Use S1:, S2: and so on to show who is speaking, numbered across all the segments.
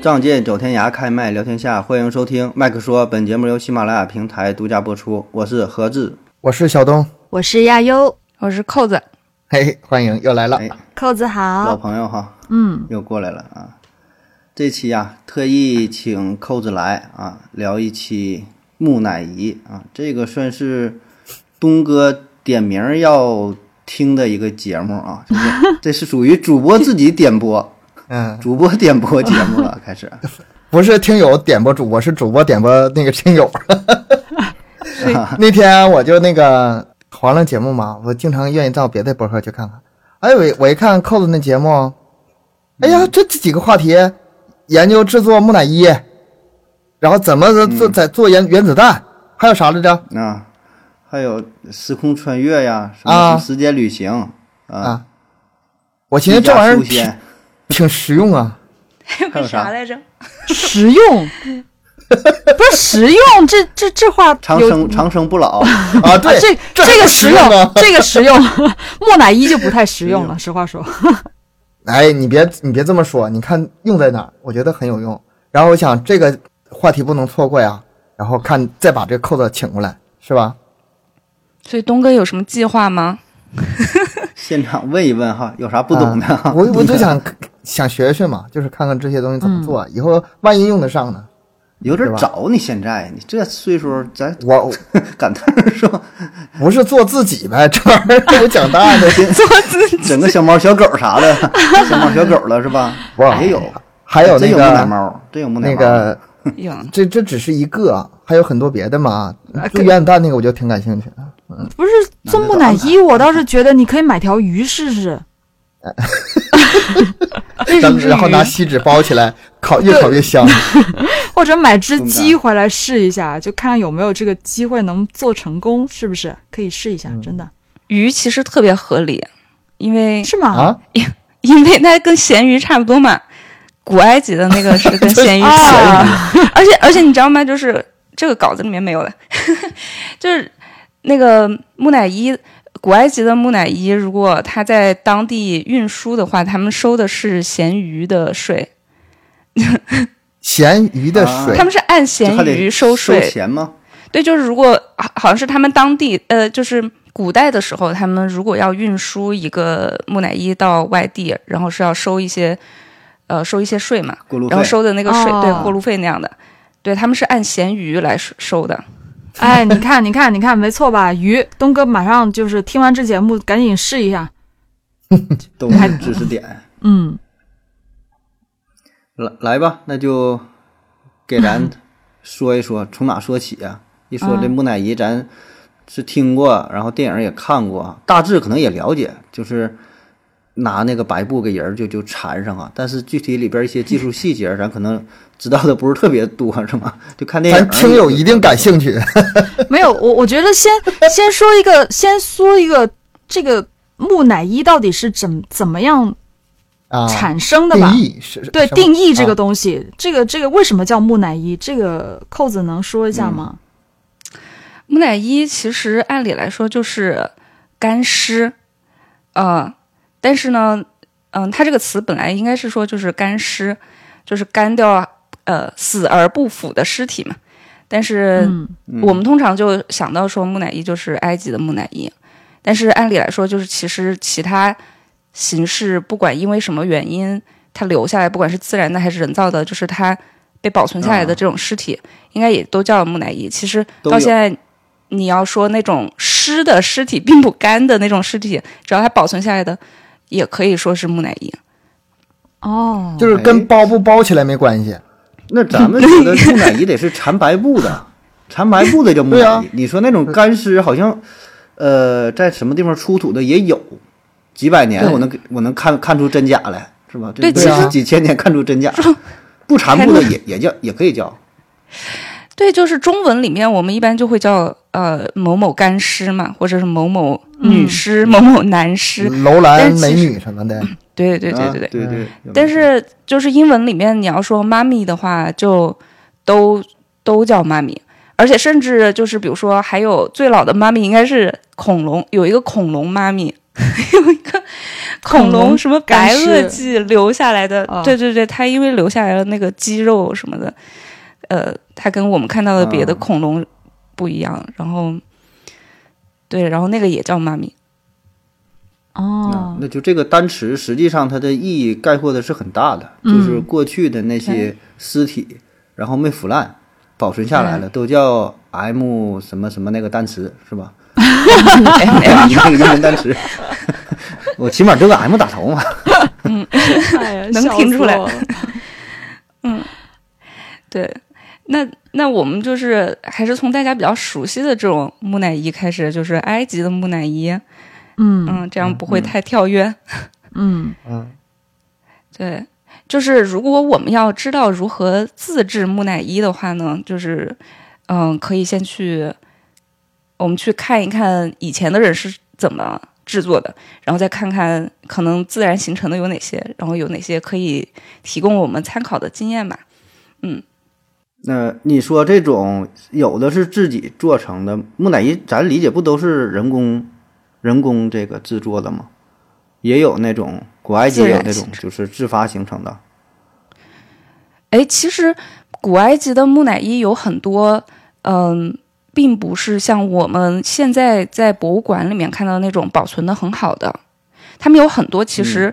S1: 仗剑走天涯，开麦聊天下，欢迎收听麦克说。本节目由喜马拉雅平台独家播出，我是何志。
S2: 我是小东，
S3: 我是亚优，
S4: 我是扣子，
S2: 嘿，欢迎又来了。
S1: 哎，
S3: 扣子
S1: 老
S3: 好，
S1: 朋友哈，
S3: 嗯，
S1: 又过来了啊。这期啊，特意请扣子来啊，聊一期木乃伊啊，这个算是东哥点名儿要听的一个节目啊，就是这是属于主播自己点播，
S2: 嗯，
S1: 主播点播节目了，开始。
S2: 不是听友点播主播，是主播点播那个听友。那天我就那个黄了节目嘛，我经常愿意到别的博客去看看。哎，我我一看扣子那节目，哎呀，这几个话题，研究制作木乃伊，然后怎么做在做原原子弹，还有啥来着？
S1: 啊，还有时空穿越呀，什
S2: 啊
S1: 么时间旅行
S2: 啊，我寻思这玩意儿挺 挺实用啊。
S1: 还有啥？
S4: 来着？
S3: 实用， 不是实用，这这这话
S1: 长
S3: 有
S1: 生长生不老，
S2: 啊，
S3: 啊
S2: 对，
S3: 这
S2: 这
S3: 这
S2: 还
S3: 个
S2: 不实
S3: 实
S2: 用呢
S3: 用，这个实用， 木乃伊就不太实用了。实话说，
S2: 哎，你别你别这么说，你看用在哪儿？我觉得很有用。然后我想这个话题不能错过呀，然后看再把这扣子请过来，是吧？
S4: 所以东哥有什么计划吗？
S1: 现场问一问哈，有啥不懂的
S2: 啊
S1: 哈？
S2: 我我就想想学学嘛，就是看看这些东西怎么
S1: 嗯
S2: 做，以后万一用得上呢？
S1: 有点
S2: 是吧
S1: 早，你现在你这岁数，咱
S2: 我
S1: 赶趟儿是吧？
S2: 不是做自己呗，这玩意儿 我讲大的，
S1: 整个小猫小狗啥的， 小猫小狗了是吧？
S2: 哇
S1: 也有，
S2: 哦 还有
S1: 真
S2: 那
S1: 有木乃
S2: 个
S1: 猫，真有木乃
S2: 那
S1: 猫。
S2: 个，
S4: 有
S2: 这这只是一个，还有很多别的嘛。
S1: 哎
S2: 做原子弹那个我就挺感兴趣的。
S3: 不是做木乃伊，我倒是觉得你可以买条鱼试试。为什
S2: 咱
S3: 么
S2: 们
S3: 是
S2: 然后拿
S3: 鱼？
S2: 锡纸包起来烤，越烤越香。
S3: 或者买只鸡回来试一下，就看看有没有这个机会能做成功，是不是？可以试一
S2: 嗯
S3: 下，真的
S4: 鱼其实特别合理，因为
S3: 是吗？
S2: 啊，
S4: 因为它跟咸鱼差不多嘛。古埃及的那个是 跟咸鱼
S3: 啊
S4: 差不多而且而且你知道吗？就是这个稿子里面没有的， 就是那个木乃伊，古埃及的木乃伊，如果他在当地运输的话，他们收的是咸鱼的税，
S2: 咸鱼的
S1: 啊
S2: 水
S4: 他们是
S1: 这
S4: 按
S1: 还
S4: 咸
S1: 得
S4: 鱼收税，
S1: 钱吗？
S4: 对，就是如果好好像是他们当地呃，就是古代的时候，他们如果要运输一个木乃伊到外地，然后是要收一些呃收一些税嘛，
S1: 过路费
S4: 然后收的那个税、
S3: 哦
S4: 对过路费那样的，对他们是按咸鱼来收收的。
S3: 哎，你看，你看，你看，没错吧？鱼东哥马上就是听完这节目，赶紧试一下。
S1: 都是知识点。
S3: 嗯，
S1: 来来吧，那就给 咱说一说，从哪说起啊？一说
S2: 嗯
S1: 这木乃伊，咱是听过，然后电影也看过，大致可能也了解，就是拿那个白布给人儿就就缠上啊。但是具体里边一些技术细节，咱可能知道的不是特别多，是吗？就看电影
S2: 咱
S1: 儿。
S2: 听友一定感兴趣。
S3: 没有，我我觉得 先先说一个，先说一个这个木乃伊到底是怎怎么样
S2: 啊，
S3: 产生的吧？
S2: 定义是
S3: 对，
S2: 什么
S3: 定义这个
S2: 啊
S3: 东西，这个这个为什么叫木乃伊？这个扣子能说一下吗？
S4: 木乃伊其实按理来说就是干尸，呃，但是呢，嗯、它这个词本来应该是说就是干尸，就是干掉呃死而不腐的尸体嘛。但是
S3: 嗯
S4: 我们通常就想到说木乃伊就是埃及的木乃伊，但是按理来说就是其实其他形式不管因为什么原因它留下来，不管是自然的还是人造的，就是它被保存下来的这种尸体，应该也都叫木乃伊。其实
S1: 都有
S4: 到现在。你要说那种湿的尸体，并不干的那种尸体，只要它保存下来的，也可以说是木乃伊。
S2: 嗯
S3: 哦，
S2: 就是跟包不包起来没关系。
S1: 那咱们觉得木乃伊得是缠白布的，缠白布的叫木乃
S2: 对
S1: 伊。
S2: 啊
S1: 你说那种干尸，好像呃，在什么地方出土的也有，几百年
S4: 对
S1: 我能给我能看看出真假来，是吧？这
S4: 对
S1: 不
S2: 其实
S1: 是几千年看出真假，不缠布的也也叫也可以叫。
S4: 对，就是中文里面我们一般就会叫呃某某干尸嘛，或者是某某女尸、
S1: 嗯
S4: 某某男尸。
S2: 楼兰
S4: 但是
S2: 美
S4: 其实
S2: 女什么的，
S4: 对对对
S1: 啊
S4: 对对。
S1: 对对。有
S4: 但是就是英文里面你要说妈咪的话，就都都叫妈咪，而且甚至就是比如说还有最老的妈咪应该是恐龙，有一个恐龙妈咪， 有一个恐
S3: 恐龙
S4: 龙什么白垩
S3: 干尸
S4: 纪留下来的
S3: 啊，
S4: 对对对，它因为留下来了那个肌肉什么的，呃，它跟我们看到的别的
S1: 啊
S3: 嗯
S4: 恐龙不一样。然后，对，然后那个也叫妈咪，
S1: 啊
S2: 嗯
S3: 哦，
S1: 那就这个单词，实际上它的意义概括的是很大的，
S4: 嗯
S1: 就是过去的那些尸体，然后没腐烂，保存下来了，都叫 M 什么什么那个单词是 吧？？M，M，那个英文单词， 我起码都个 M 打头嘛。
S3: 哎呀
S4: 能
S3: 笑
S4: 听
S3: 死
S4: 出来
S3: 我了
S4: 对。那那我们就是还是从大家比较熟悉的这种木乃伊开始，就是埃及的木乃伊，
S3: 嗯
S4: 嗯，这样不会太跳跃。
S3: 嗯
S2: 嗯，
S4: 对，就是如果我们要知道如何自制木乃伊的话呢，就是嗯，可以先去我们去看一看以前的人是怎么制作的，然后再看看可能自然形成的有哪些，然后有哪些可以提供我们参考的经验吧。
S1: 那你说这种有的是自己做成的木乃伊，咱理解不都是人工人工这个制作的吗？也有那种古埃及
S4: 自
S1: 也
S4: 然
S1: 有那种
S4: 形嗯
S1: 就是自发形成的，
S4: 哎，其实古埃及的木乃伊有很多，嗯，并不是像我们现在在博物馆里面看到那种保存的很好的，他们有很多其实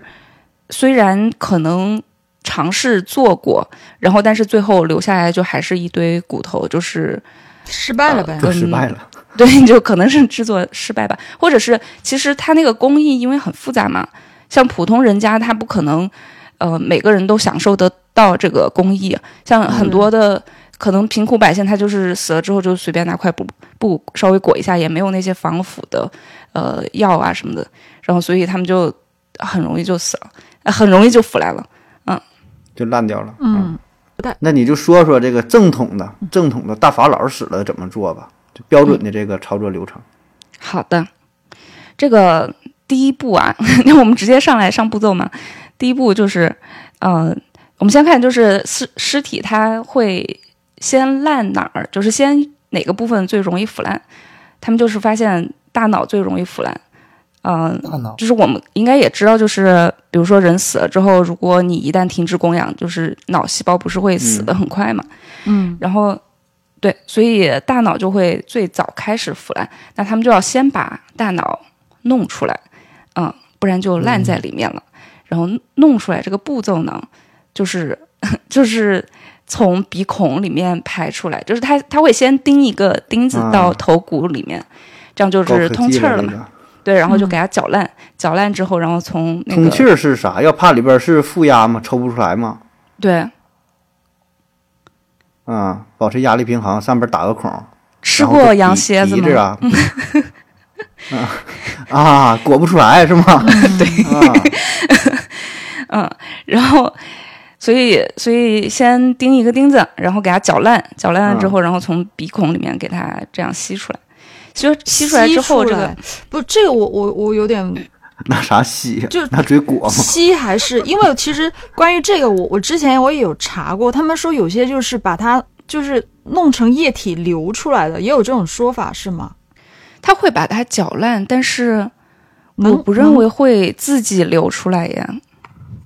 S4: 虽然可能尝试做过，然后但是最后留下来就还是一堆骨头，就是
S3: 失败了
S2: 啊
S3: 呗
S1: 都失败了。
S4: 对，就可能是制作失败吧，或者是其实它那个工艺因为很复杂嘛，像普通人家他不可能，呃，每个人都享受得到这个工艺，像很多的、可能贫苦百姓他就是死了之后就随便拿块布布稍微裹一下，也没有那些防腐的呃药啊什么的，然后所以他们就很容易就死了，呃很容易就腐烂了。
S1: 就烂掉了。啊
S3: 嗯，
S1: 那你就说说这个正统的
S4: 嗯
S1: 正统的大法老死了怎么做吧，就标准的这个操作流程。
S4: 好的，这个第一步啊， 那我们直接上来上步骤嘛。第一步就是，呃，我们先看就是尸尸体它会先烂哪儿，就是先哪个部分最容易腐烂。他们就是发现大脑最容易腐烂，嗯、
S2: 大脑
S4: 就是我们应该也知道，就是比如说人死了之后，如果你一旦停止供氧，就是脑细胞不是会死的很快嘛。
S3: 嗯，
S4: 然后对，所以大脑就会最早开始腐烂，那他们就要先把大脑弄出来，嗯，不然就烂
S1: 嗯
S4: 在里面了。然后弄出来这个步骤呢，就是 就是从鼻孔里面排出来，就是它它会先钉一个钉子
S1: 啊
S4: 到头骨里面，这嗯样就
S1: 高
S4: 是
S1: 科
S4: 通
S1: 技
S4: 气儿
S1: 了
S4: 了
S1: 这
S4: 嘛。
S1: 个
S4: 对，然后就给它搅烂，搅烂之后，然后从那个
S1: 通气儿是啥？要怕里边是负压吗？抽不出来吗？
S4: 对
S1: 啊，保持压力平衡，上边打个孔。
S4: 吃
S1: 然后就
S4: 过羊
S1: 鼻
S4: 蝎子
S1: 鼻
S4: 吗？
S1: 子 啊？啊啊，裹不出来是吗？啊对
S4: 嗯，然后所以所以先钉一个钉子，然后给它搅烂，搅烂了之后，然后从鼻孔里面给它这样吸出来。其实吸出来之后，
S3: 吸
S4: 这
S3: 出
S4: 个
S3: 来不，这个我我我有点
S1: 拿啥吸呀？
S3: 就
S1: 拿嘴裹吗？
S3: 吸还是因为其实关于这个我，我之前我也有查过，他们说有些就是把它就是弄成液体流出来的，也有这种说法是吗？
S4: 它会把它搅烂，但是我
S3: 能
S4: 不认为会自己流出来呀。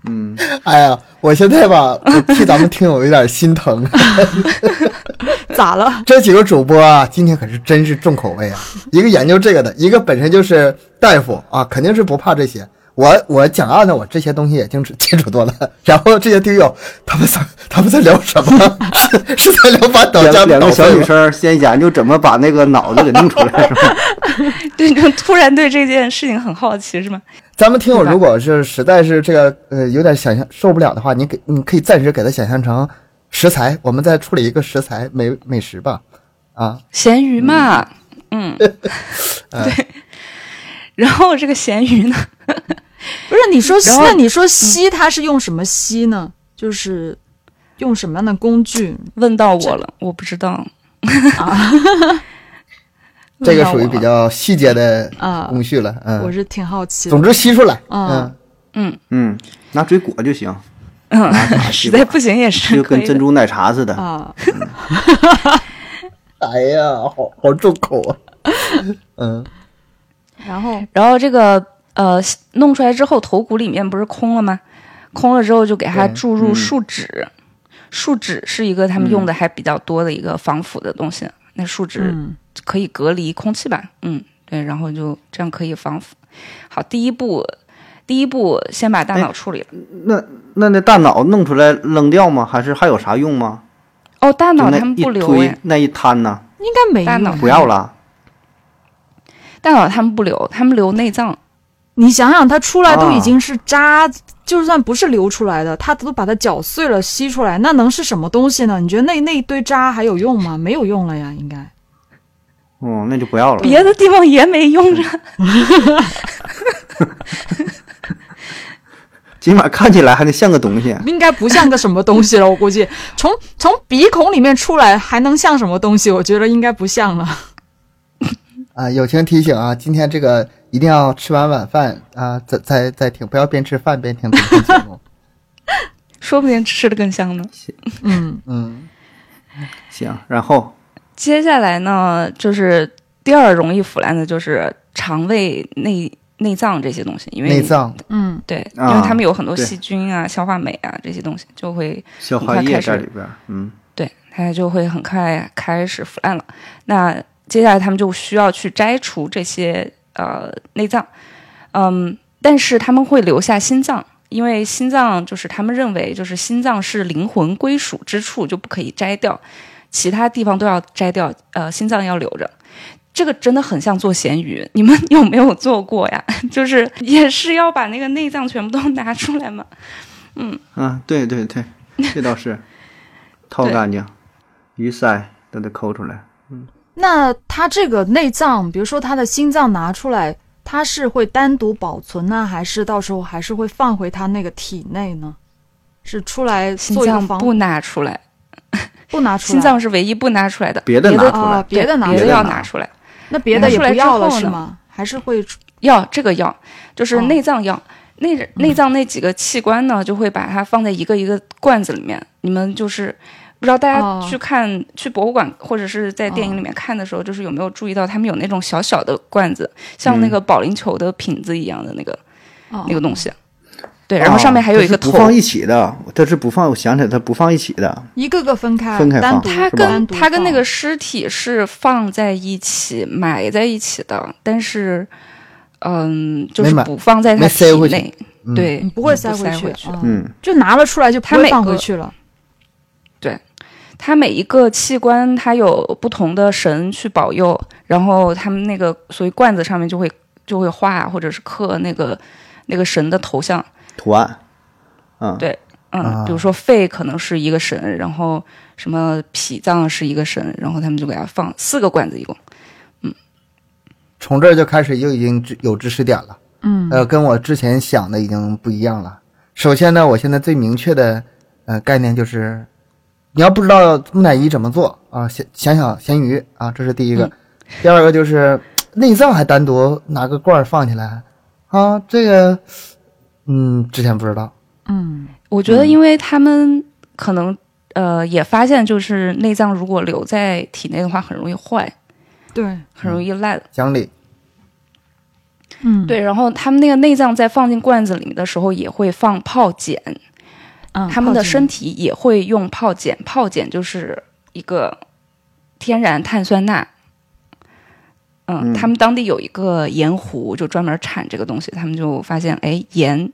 S1: 嗯，
S2: 哎呀，我现在吧，我替咱们听友有点心疼。
S3: 能咋了？
S2: 这几个主播啊，今天可是真是重口味啊！一个研究这个的，一个本身就是大夫啊，肯定是不怕这些。我我讲案呢，我这些东西已经 接触多了。然后这些听友，他们在他们在聊什么？ 是是在聊把导家
S1: 两两
S2: 导
S1: 个小
S2: 飞
S1: 女
S2: 吗
S1: 生先研究怎么把那个脑子给弄出来，是吧？
S4: 对，就突然对这件事情很好奇，是吗？
S2: 咱们听友如果是实在是这个呃有点想象受不了的话，你给你可以暂时给他想象成食材，我们再处理一个食材美美食吧。啊，
S4: 咸鱼嘛，嗯，对。然后这个咸鱼呢，
S3: 不是你说
S4: 然后
S3: 那你说吸它是用什么吸呢？就是用什么样的工具？
S4: 问到我了，我不知道。
S2: 这个
S3: 问到
S2: 属于
S3: 我
S2: 比
S3: 了
S2: 较细节的
S3: 啊
S2: 工序了。
S3: 我
S2: 嗯，
S3: 是挺好奇的
S2: 总。之吸出来。
S3: 啊
S2: 嗯，
S1: 嗯，拿嘴裹就行，
S4: 嗯，
S1: 吸
S4: 实
S1: 吧
S4: 在不行也是
S1: 就
S4: 可
S1: 跟
S4: 以的
S1: 珍。珠奶茶似的。
S3: 啊，
S2: 哎呀，好好重口啊。嗯，
S3: 然后
S4: 然后这个呃弄出来之后，头骨里面不是空了吗？空了之后就给它
S2: 对
S4: 注入
S1: 嗯
S4: 树脂，树脂是一个他们用的还比较多的一个防腐的东西。那树脂
S3: 嗯
S4: 可以隔离空气吧？嗯，对，然后就这样可以防腐。嗯好，第一步，第一步先把大脑处理了。
S1: 那那那大脑弄出来扔掉吗？还是还有啥用吗？
S4: 哦，大
S1: 就
S4: 脑
S1: 那
S4: 他们
S1: 一
S4: 不留哎
S1: 推，那一摊呐，
S3: 应该没
S4: 大脑
S3: 用
S1: 不要 了。
S4: 大脑他们不留，他们留内脏。
S3: 你想想，它出来都
S1: 啊
S3: 已经是渣，就算不是流出来的，它都把它搅碎了吸出来，那能是什么东西呢？你觉得那那一堆渣还有用吗？没有用了呀，应该。
S1: 哦，那就不要了。
S4: 别的地方也没用着。
S1: 起码看起来还得像个东西。
S3: 应该不像个什么东西了，我估计从从鼻孔里面出来还能像什么东西？我觉得应该不像了。
S2: 啊，友情提醒啊，今天这个一定要吃完晚饭啊，再再再听，不要边吃饭边听咱们节目。
S4: 说不定吃的更香呢。
S3: 嗯，
S2: 嗯，
S1: 行，然后
S4: 接下来呢，就是第二容易腐烂的就是肠胃内内脏这些东西，因为
S2: 内脏
S3: 嗯，
S4: 对，因
S1: 啊
S4: 为他们有很多
S1: 对
S4: 细菌啊、消化酶啊这些东西，就会
S1: 消化液在里边儿，嗯，
S4: 对它就会很快开始腐烂了。那接下来他们就需要去摘除这些呃内脏，嗯，但是他们会留下心脏。因为心脏就是他们认为，就是心脏是灵魂归属之处，就不可以摘掉，其他地方都要摘掉，呃，心脏要留着。这个真的很像做咸鱼，你们有没有做过呀？ 就是也是要把那个内脏全部都 拿出来嘛。
S1: 啊，对对对，这倒 是，掏
S4: 对
S1: 干净，鱼鳃都得抠出来。
S3: 那它这个内脏，比如说它的心脏拿出来，它是会单独保存呢，还是到时候还是会放回它那个体内呢？是出来
S4: 心
S3: 做一个
S4: 脏
S3: 防
S4: 不拿出来，
S3: 不拿出来，
S4: 心脏是唯一不拿出来的，
S1: 别的
S4: 别
S1: 拿
S4: 的哦
S1: 出来
S3: 啊，别的拿
S4: 别
S1: 出
S4: 的
S1: 来
S4: 要
S1: 拿
S4: 拿出来。
S3: 那别的也
S4: 拿出来
S3: 不
S4: 之
S3: 要了
S4: 后
S3: 是
S4: 呢
S3: 吗？还是会出
S4: 要这个要，就是
S3: 哦
S4: 内脏要。内内脏那几个器官呢，就会把它放在一个一个罐子里面。你们就是不知道大
S3: 哦
S4: 家去看、去博物馆或者是在电影里面看的时候，就是有没有注意到他们有那种小小的罐子，像那个保龄球的瓶子一样的那个、
S3: 哦
S4: 那个东西。啊对，然后上面还有一个
S1: 啊它是
S4: 头
S1: 不，放一起的，它是不放，我想起来它不放一起的，
S3: 一个个分开，
S1: 分开
S3: 单
S1: 放
S3: 独
S4: 它
S1: 是吧
S4: 跟
S3: 单独
S4: 它跟那
S3: 放
S4: 个尸体是放在一起埋在一起的，但是嗯，就
S2: 没
S4: 是
S2: 埋
S4: 不放在它
S2: 没
S4: 体
S2: 塞回去
S4: 内，对，
S3: 不会
S4: 不
S3: 塞
S4: 塞
S3: 去
S4: 回，去
S3: 啊
S1: 嗯，
S3: 就拿了出来就不
S4: 它
S3: 会
S4: 每
S3: 放回
S4: 个
S3: 去了。
S4: 它每一个器官它有不同的神去保佑，然后他们那个所以罐子上面就会就会画或者是刻那个那个神的头像，
S1: 图案，嗯，
S4: 对嗯，
S2: 啊
S4: 比如说肺可能是一个神，然后什么脾脏是一个神，然后他们就给它放四个罐子一共。
S2: 从这儿就开始又已经知有知识点了，
S3: 嗯
S2: 呃，跟我之前想的已经不一样了。首先呢，我现在最明确的呃概念就是，你要不知道木乃伊怎么做啊，想想想咸鱼啊，这是第一个。
S4: 嗯
S2: 第二个就是内脏还单独拿个罐儿放起来啊，这个嗯之前不知道。
S3: 嗯
S4: 我觉得，因为他们可能、呃也发现，就是内脏如果留在体内的话，很容易坏，
S3: 对，
S4: 很容易烂。
S2: 讲 理，
S3: 嗯，
S4: 对，然后他们那个内脏在放进罐子里面的时候，也会放泡碱，
S3: 嗯，
S4: 他们的身
S3: 体
S4: 体也会用泡碱，泡碱就是一个天然碳酸钠。
S1: 嗯
S4: 嗯，他们当地有一个盐湖，就专门产这个东西。他们就发现，哎，盐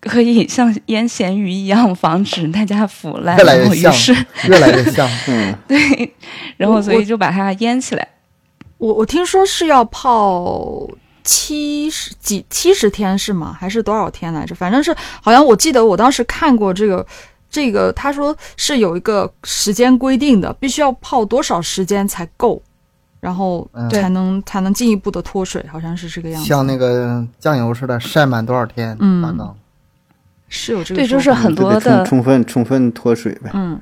S4: 可以像腌咸鱼一样防止大家腐烂，
S2: 越来越
S4: 然后于
S2: 像
S4: 是
S2: 越来越像
S1: 嗯，
S4: 对，然
S3: 我
S4: 后所
S3: 我
S4: 以就把它腌起来。
S3: 我我听说是要泡七十几七十天是吗？还是多少天来着？反正是好像我记得我当时看过这个。这个他说是有一个时间规定的，必须要泡多少时间才够，然后
S2: 嗯
S3: 才能、才能进一步的脱水，好像是这个样子，
S2: 像那个酱油似的，晒满多少天？啊
S3: 嗯
S2: 完了
S3: 是有这个
S4: 对，就
S3: 说
S4: 是
S3: 法
S4: 很
S1: 嗯就
S4: 多
S1: 得充
S4: 的
S1: 充分充分脱水呗，
S3: 嗯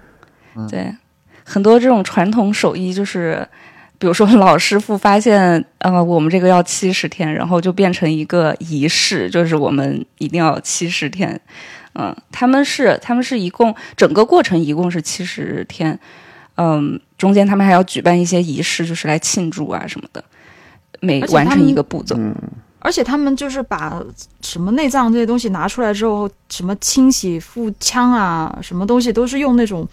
S4: 对很多这种传统手艺，就是比如说老师傅发现，呃，我们这个要七十天，然后就变成一个仪式，就是我们一定要七十天。嗯，他们是他们是一共整个过程一共是七十天，嗯，中间他们还要举办一些仪式，就是来庆祝啊什么的，每
S3: 而且
S4: 完
S3: 他
S4: 成一
S3: 们
S4: 个步骤。
S1: 嗯，
S3: 而且他们就是把什么内脏这些东西拿出来之后，什么清洗腹腔啊，什么东西都是用那种，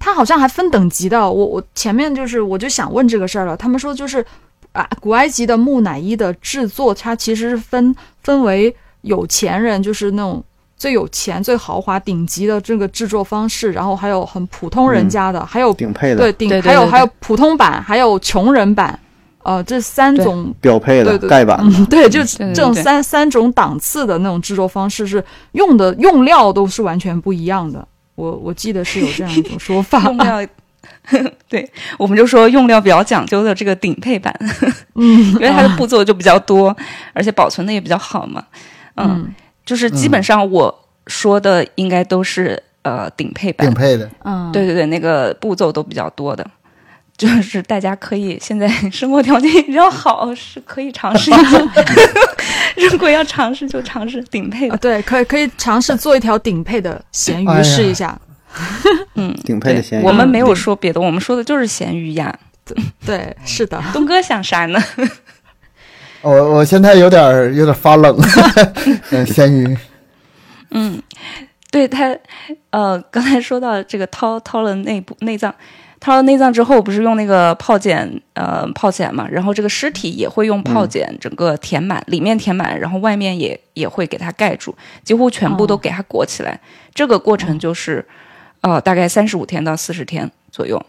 S3: 他好像还分等级的。我我前面就是我就想问这个事儿了，他们说就是啊，古埃及的木乃伊的制作，它其实是分分为有钱人，就是那种最有钱、最豪华、顶级的这个制作方式，然后还有很普通人家的，还有
S1: 嗯顶配的，
S3: 对顶，
S4: 对对
S3: 还有
S4: 对
S3: 还有普通版，还有穷人版，呃，这三
S4: 对
S3: 种
S1: 标配的
S3: 对 对
S1: 盖板的，
S3: 嗯，对，就
S4: 对对
S3: 这种
S4: 对
S3: 三三种档次的那种制作方式是用的用料都是完全不一样的。我我记得是有这样一种说法，
S4: 用料，对，我们就说用料比较讲究的这个顶配版，
S3: 嗯，
S4: 因为它的步骤就比较多，而且保存的也比较好嘛。嗯，
S3: 嗯
S4: 就是基本上我说的应该都是呃顶配版
S2: 顶，配的，
S3: 嗯，
S4: 对对对，那个步骤都比较多的。就是大家可以现在生活条件比较好，是可以尝试一 下。如果要尝试，就尝试顶配
S3: 啊
S4: 的。
S3: 对，可以可以尝试做一条顶配的咸
S2: 哎
S3: 鱼
S2: 呀
S3: 试一下。
S4: 嗯，
S1: 顶配的
S4: 对
S1: 咸鱼
S4: 我们没有
S1: 对
S4: 说别的，我们说的就是咸鱼呀。
S3: 对，
S2: 嗯
S3: 是的，
S4: 东哥想啥呢？
S2: 我哦我现在有点儿有点发 冷，嗯，咸鱼，
S4: 嗯，对他，呃，刚才说到这个掏掏了内部内脏，掏了内脏之后，不是用那个泡碱呃泡起来嘛，然后这个尸体也会用泡碱整个填满，里面填满，然后外面也也会给它盖住，几乎全部都
S3: 哦
S4: 给它裹起来。这个过程就是，呃，大概三十五天到四十天左右。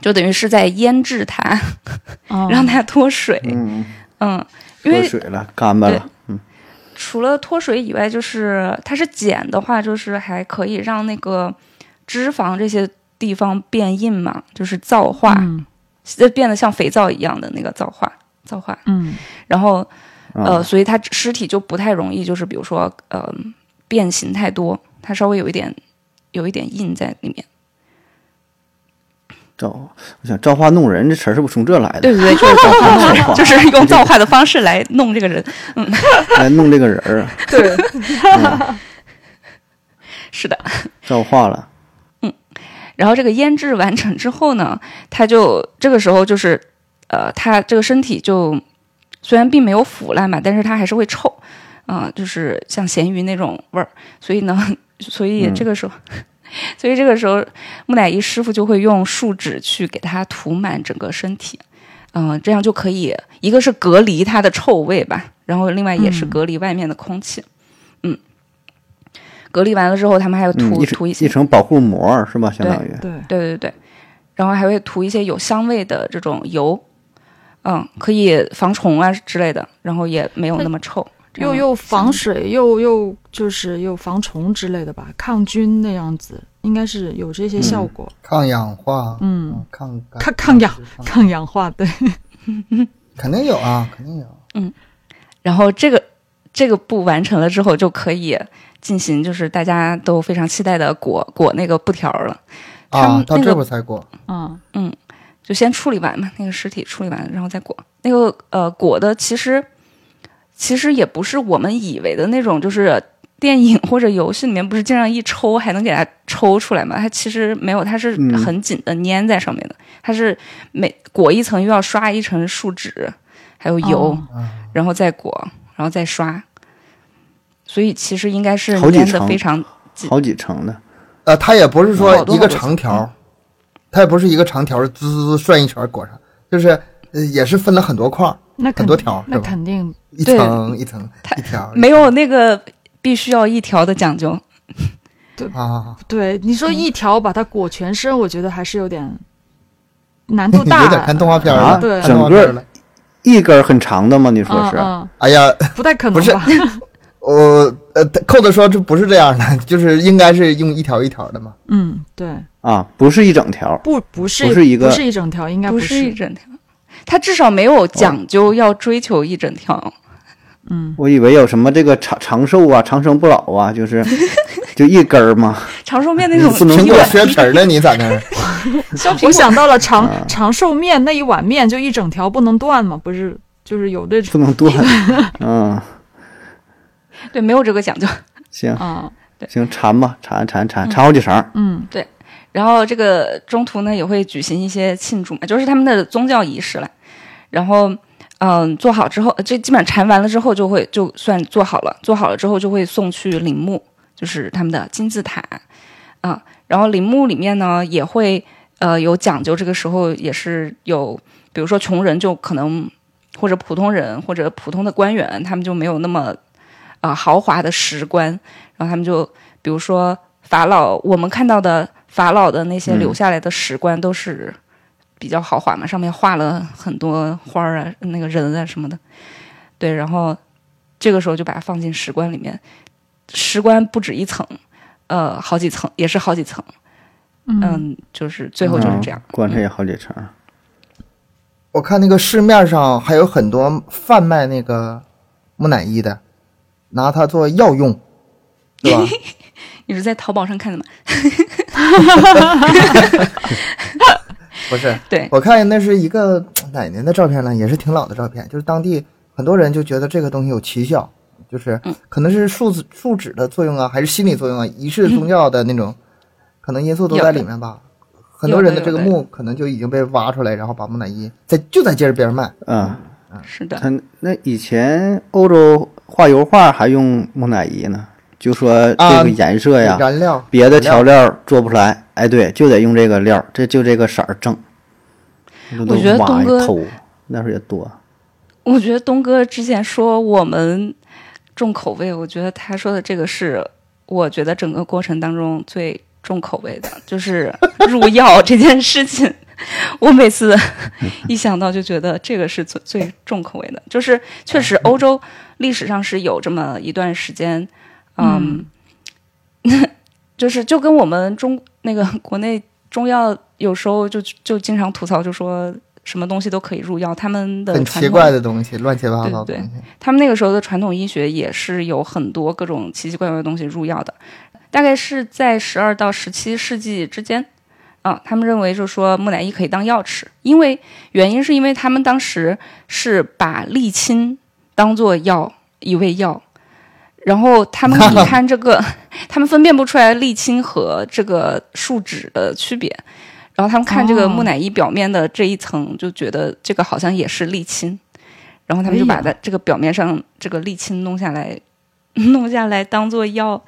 S4: 就等于是在腌制它，
S3: 嗯
S4: 让它脱水。
S1: 嗯，
S4: 嗯，因
S1: 脱
S4: 为
S1: 水了，干巴了，嗯，
S4: 除了脱水以外，就是它是碱的话，就是还可以让那个脂肪这些地方变硬嘛，就是皂化，
S3: 嗯
S4: 就变得像肥皂一样的那个皂化，皂化。
S3: 嗯
S4: 然后呃，
S1: 啊
S4: 所以它尸体就不太容易，就是比如说呃变形太多，它稍微有一点有一点硬在里面。
S1: 造，我想造化弄人这词儿是不是从这来的？
S4: 对对 对，就是
S1: 造化弄人
S4: 造就是用皂化的方式来弄这个人。
S1: 来弄这个人儿啊，
S3: 对，
S4: 是的。
S1: 造化了，
S4: 然后这个腌制完成之后呢，它就这个时候就是，呃，它这个身体就虽然并没有腐烂吧，但是它还是会臭，啊、就是像咸鱼那种味儿。所以呢， 所以
S1: 嗯
S4: 这个时候， 所以这个时候木乃伊师傅就会用树脂去给它涂满整个身体，嗯、这样就可以一个是隔离它的臭味吧，然后另外也是
S3: 嗯
S4: 隔离外面的空气，嗯。隔离完了之后，他们还要
S1: 嗯，
S4: 涂、
S1: 一
S4: 涂
S1: 层
S4: 一些
S1: 层保护膜儿是吧？相当于
S3: 对，
S4: 对对对，然后还会涂一些有香味的这种油，嗯，可以防虫啊之类的，然后也没有那么臭，这样
S3: 又又防水，又又就是又防虫之类的吧，抗菌那样子，应该是有这
S2: 嗯
S3: 些效果。
S2: 抗氧化，
S3: 嗯，
S2: 抗感
S3: 抗抗氧抗氧化，对，
S2: 肯定有啊，肯定有。
S4: 然后这个这个步完成了之后，就可以进行就是大家都非常期待的裹裹那个布条儿了，他们
S2: 啊，到
S4: 那
S2: 这
S4: 个
S2: 步才过，
S3: 嗯
S4: 就先处理完嘛，那个尸体处理完了，然后再裹那个呃裹的其实其实也不是我们以为的那种，就是电影或者游戏里面不是经常一抽还能给它抽出来嘛？它其实没有，它是
S1: 嗯
S4: 很紧的粘在上面的，它是每裹一层又要刷一层树脂，还有油，
S3: 哦
S4: 然后再裹，然后再刷，所以其实应该是
S1: 好几
S4: 粘的
S1: 层
S4: 非常
S1: 好几层的，
S2: 呃，它也不是说
S4: 好多
S2: 一个
S4: 好多嗯
S2: 长条，它也不是一个长条，滋滋滋转一圈裹上，就是呃也是分了很多块儿，
S3: 那肯
S2: 很多条
S3: 那
S2: 是吧
S3: 肯定
S2: 一
S4: 对
S2: 层一层一条，
S4: 没有那个必须要一条的讲究，
S2: 啊，
S3: 对，你说一条把它裹全身，我觉得还是有点难度大。
S2: 有点看动画片儿
S1: 啊
S2: 了，
S3: 对
S2: 看动画片儿
S1: 整
S2: 了。
S1: 一根儿很长的吗？你说
S3: 嗯
S1: 是？
S3: 嗯，
S2: 哎呀，
S3: 不 太可
S2: 不
S3: 能
S2: 是
S3: 吧？
S2: 我呃，扣子说这不是这样的，就是应该是用一条一条的嘛。
S3: 嗯，对，
S1: 啊，不是一整条儿，
S3: 不不是
S1: 不是一个
S3: 不是一整条，应该
S4: 不是 一
S3: 是。
S4: 整条，他至少没有讲究要追求一整条。
S3: 嗯，
S1: 我以为有什么这个长长寿啊、长生不老啊，就是 就一根儿嘛，
S4: 长寿面那种啊
S1: 不能
S2: 苹
S4: 一
S2: 果
S4: 碗
S2: 削皮儿呢，你在那儿？
S4: 削苹
S3: 我
S4: 果，
S3: 想到了长
S2: 啊
S3: 长寿面那一碗面就一整条不能断嘛，不是就是有这种
S1: 不能 断。嗯，
S4: 对，没有这个讲究。
S1: 行
S3: 啊，
S1: 行，缠吧，缠缠缠缠好几层儿。
S3: 嗯
S4: 然后这个中途呢也会举行一些庆祝嘛，就是他们的宗教仪式了。然后嗯，做好之后，这基本上缠完了之后就会就算做好了，做好了之后就会送去陵墓，就是他们的金字塔啊。然后陵墓里面呢也会呃有讲究，这个时候也是有，比如说穷人就可能或者普通人或者普通的官员，他们就没有那么啊、呃豪华的石棺，然后他们就比如说法老，我们看到的法老的那些
S1: 嗯
S4: 留下来的石棺都是比较豪华嘛，上面画了很多花儿啊、那个人啊什么的。对，然后这个时候就把它放进石棺里面，石棺不止一层，呃，好几层，也是好几层。
S3: 嗯，
S4: 嗯，就是最后就是这样嗯
S1: 啊。棺材也好几层，
S2: 我看那个市面上还有很多贩卖那个木乃伊的，拿它做药 用，对吧？
S4: 你是在淘宝上看的吗？
S2: 不是，
S4: 对，
S2: 我看那是一个哪年的照片了，也是挺老的照片，就是当地很多人就觉得这个东西有奇效，就是
S4: 嗯
S2: 可能是树脂树脂的作用啊，还是心理作用啊，仪式宗教的那种，可能因素都在里面吧。很多人
S4: 有的
S2: 这个
S4: 有的
S2: 墓可能就已经被挖出来，然后把木乃伊在就在街儿边儿卖。
S1: 嗯，
S4: 是的，
S1: 他那以前欧洲画油画还用木乃伊呢，就说这
S2: 啊
S1: 个颜色呀，
S2: 燃料
S1: 别的调料做不出来，哎，对，就得用这个料，这就这个色儿正。
S4: 我觉得
S1: 都挖
S4: 东哥
S1: 偷那时候也多，
S4: 我觉得东哥之前说我们重口味，我觉得他说的这个是，我觉得整个过程当中最重口味的，就是入药这件事情。我每次 一想到就觉得这个是最最重口味的，就是确实欧洲历史上是有这么一段时间，嗯，就是就跟我们中那个国内中药有时候就就经常吐槽，就说什么东西都可以入药，他们的
S2: 很
S4: 传
S2: 奇
S4: 统
S2: 怪的东西，乱七八糟的
S4: 对
S2: 东
S4: 对
S2: 西。
S4: 他们那个时候的传统医学也是有很多各种奇奇怪怪的东西入药的，大概是在十二到十七世纪之间。啊，他们认为就是说木乃伊可以当药吃，因为原因是因为他们当时是把沥青当做药一味药，然后他们一看这个， 他们分辨不出来沥青和这个树脂的区别，然后他们看这个
S3: 哦
S4: 木乃伊表面的这一层，就觉得这个好像也是沥青，然后他们就
S3: 哎呀
S4: 把它这个表面上这个沥青弄下来， 弄下来当做药，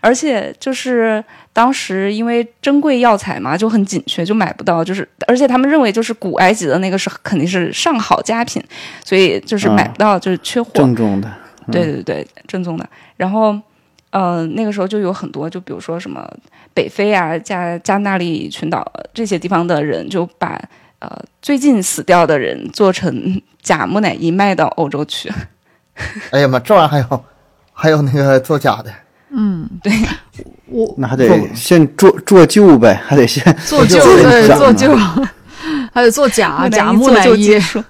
S4: 而且就是当时因为珍贵药材嘛，就很紧缺，就买不到，就是而且他们认为就是古埃及的那个是肯定是上好佳品，所以就是买不到，就是缺货。
S1: 正宗的。
S4: 对对对，正宗的。然后，呃，那个时候就有很多，就比如说什么北非啊、加加那利群岛呃这些地方的人，就把呃最近死掉的人做成 假木乃伊卖到欧洲去。
S2: 哎呀妈，这玩意儿还有还有那个做假的，
S3: 我
S1: 那还得
S2: 做
S1: 先做做旧呗，还得先啊
S3: 做旧
S1: 做
S3: 对
S1: 旧
S2: 啊
S3: 做旧， 还有做假啊假木乃
S4: 做就
S3: 伊
S4: 结，束。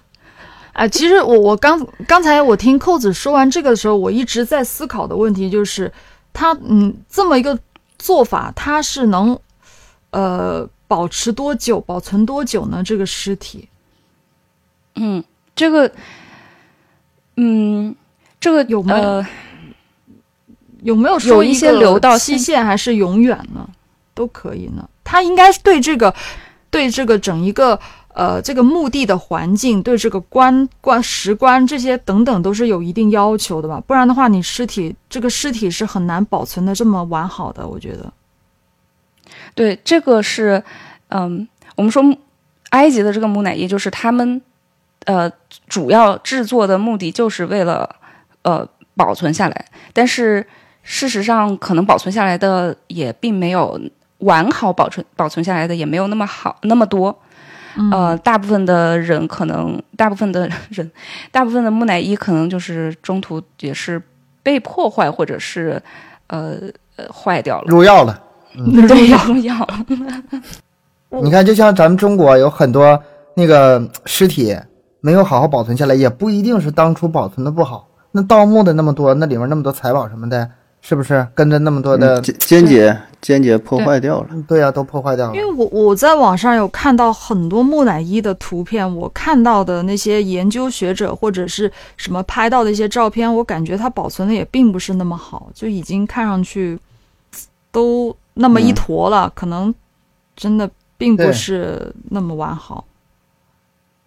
S3: 哎，其实我我刚刚才我听扣子说完这个的时候，我一直在思考的问题就是，他嗯这么一个做法，他是能呃保持多久、保存多久呢？这个尸体
S4: 嗯，这个，嗯，这个
S3: 有没有
S4: 呃，
S3: 有没有说
S4: 有一些
S3: 个
S4: 留到
S3: 期
S4: 现
S3: 限还是永远呢？都可以呢。他应该是对这个对这个整一个呃这个墓地的环境，对这个棺棺石棺这些等等都是有一定要求的吧？不然的话，你尸体这个尸体是很难保存的这么完好的，我觉得。
S4: 对，这个是，嗯，我们说木埃及的这个木乃伊，就是他们呃主要制作的目的就是为了呃保存下来，但是事实上可能保存下来的也并没有完好保存保存下来的也没有那么好那么多，呃，大部分的人可能，大部分的人，大部分的木乃伊可能就是中途也是被破坏或者是呃呃坏掉了，
S2: 入药了。
S4: 对，用药。
S2: 你看，就像咱们中国有很多那个嗯尸体没有好好保存下来，也不一定是当初保存的不好。那盗墓的那么多，那里面那么多财宝什么的，是不是跟着那么多的
S1: 嗯？间间接间接破坏掉了。
S2: 对呀、都破坏掉了
S3: 因为。我我在网上有看到很多木乃伊的图片，我看到的那些研究学者或者是什么拍到的一些照片，我感觉它保存的也并不是那么好，就已经看上去都那么一坨了，可能真的并不
S2: 对
S3: 是那么完好。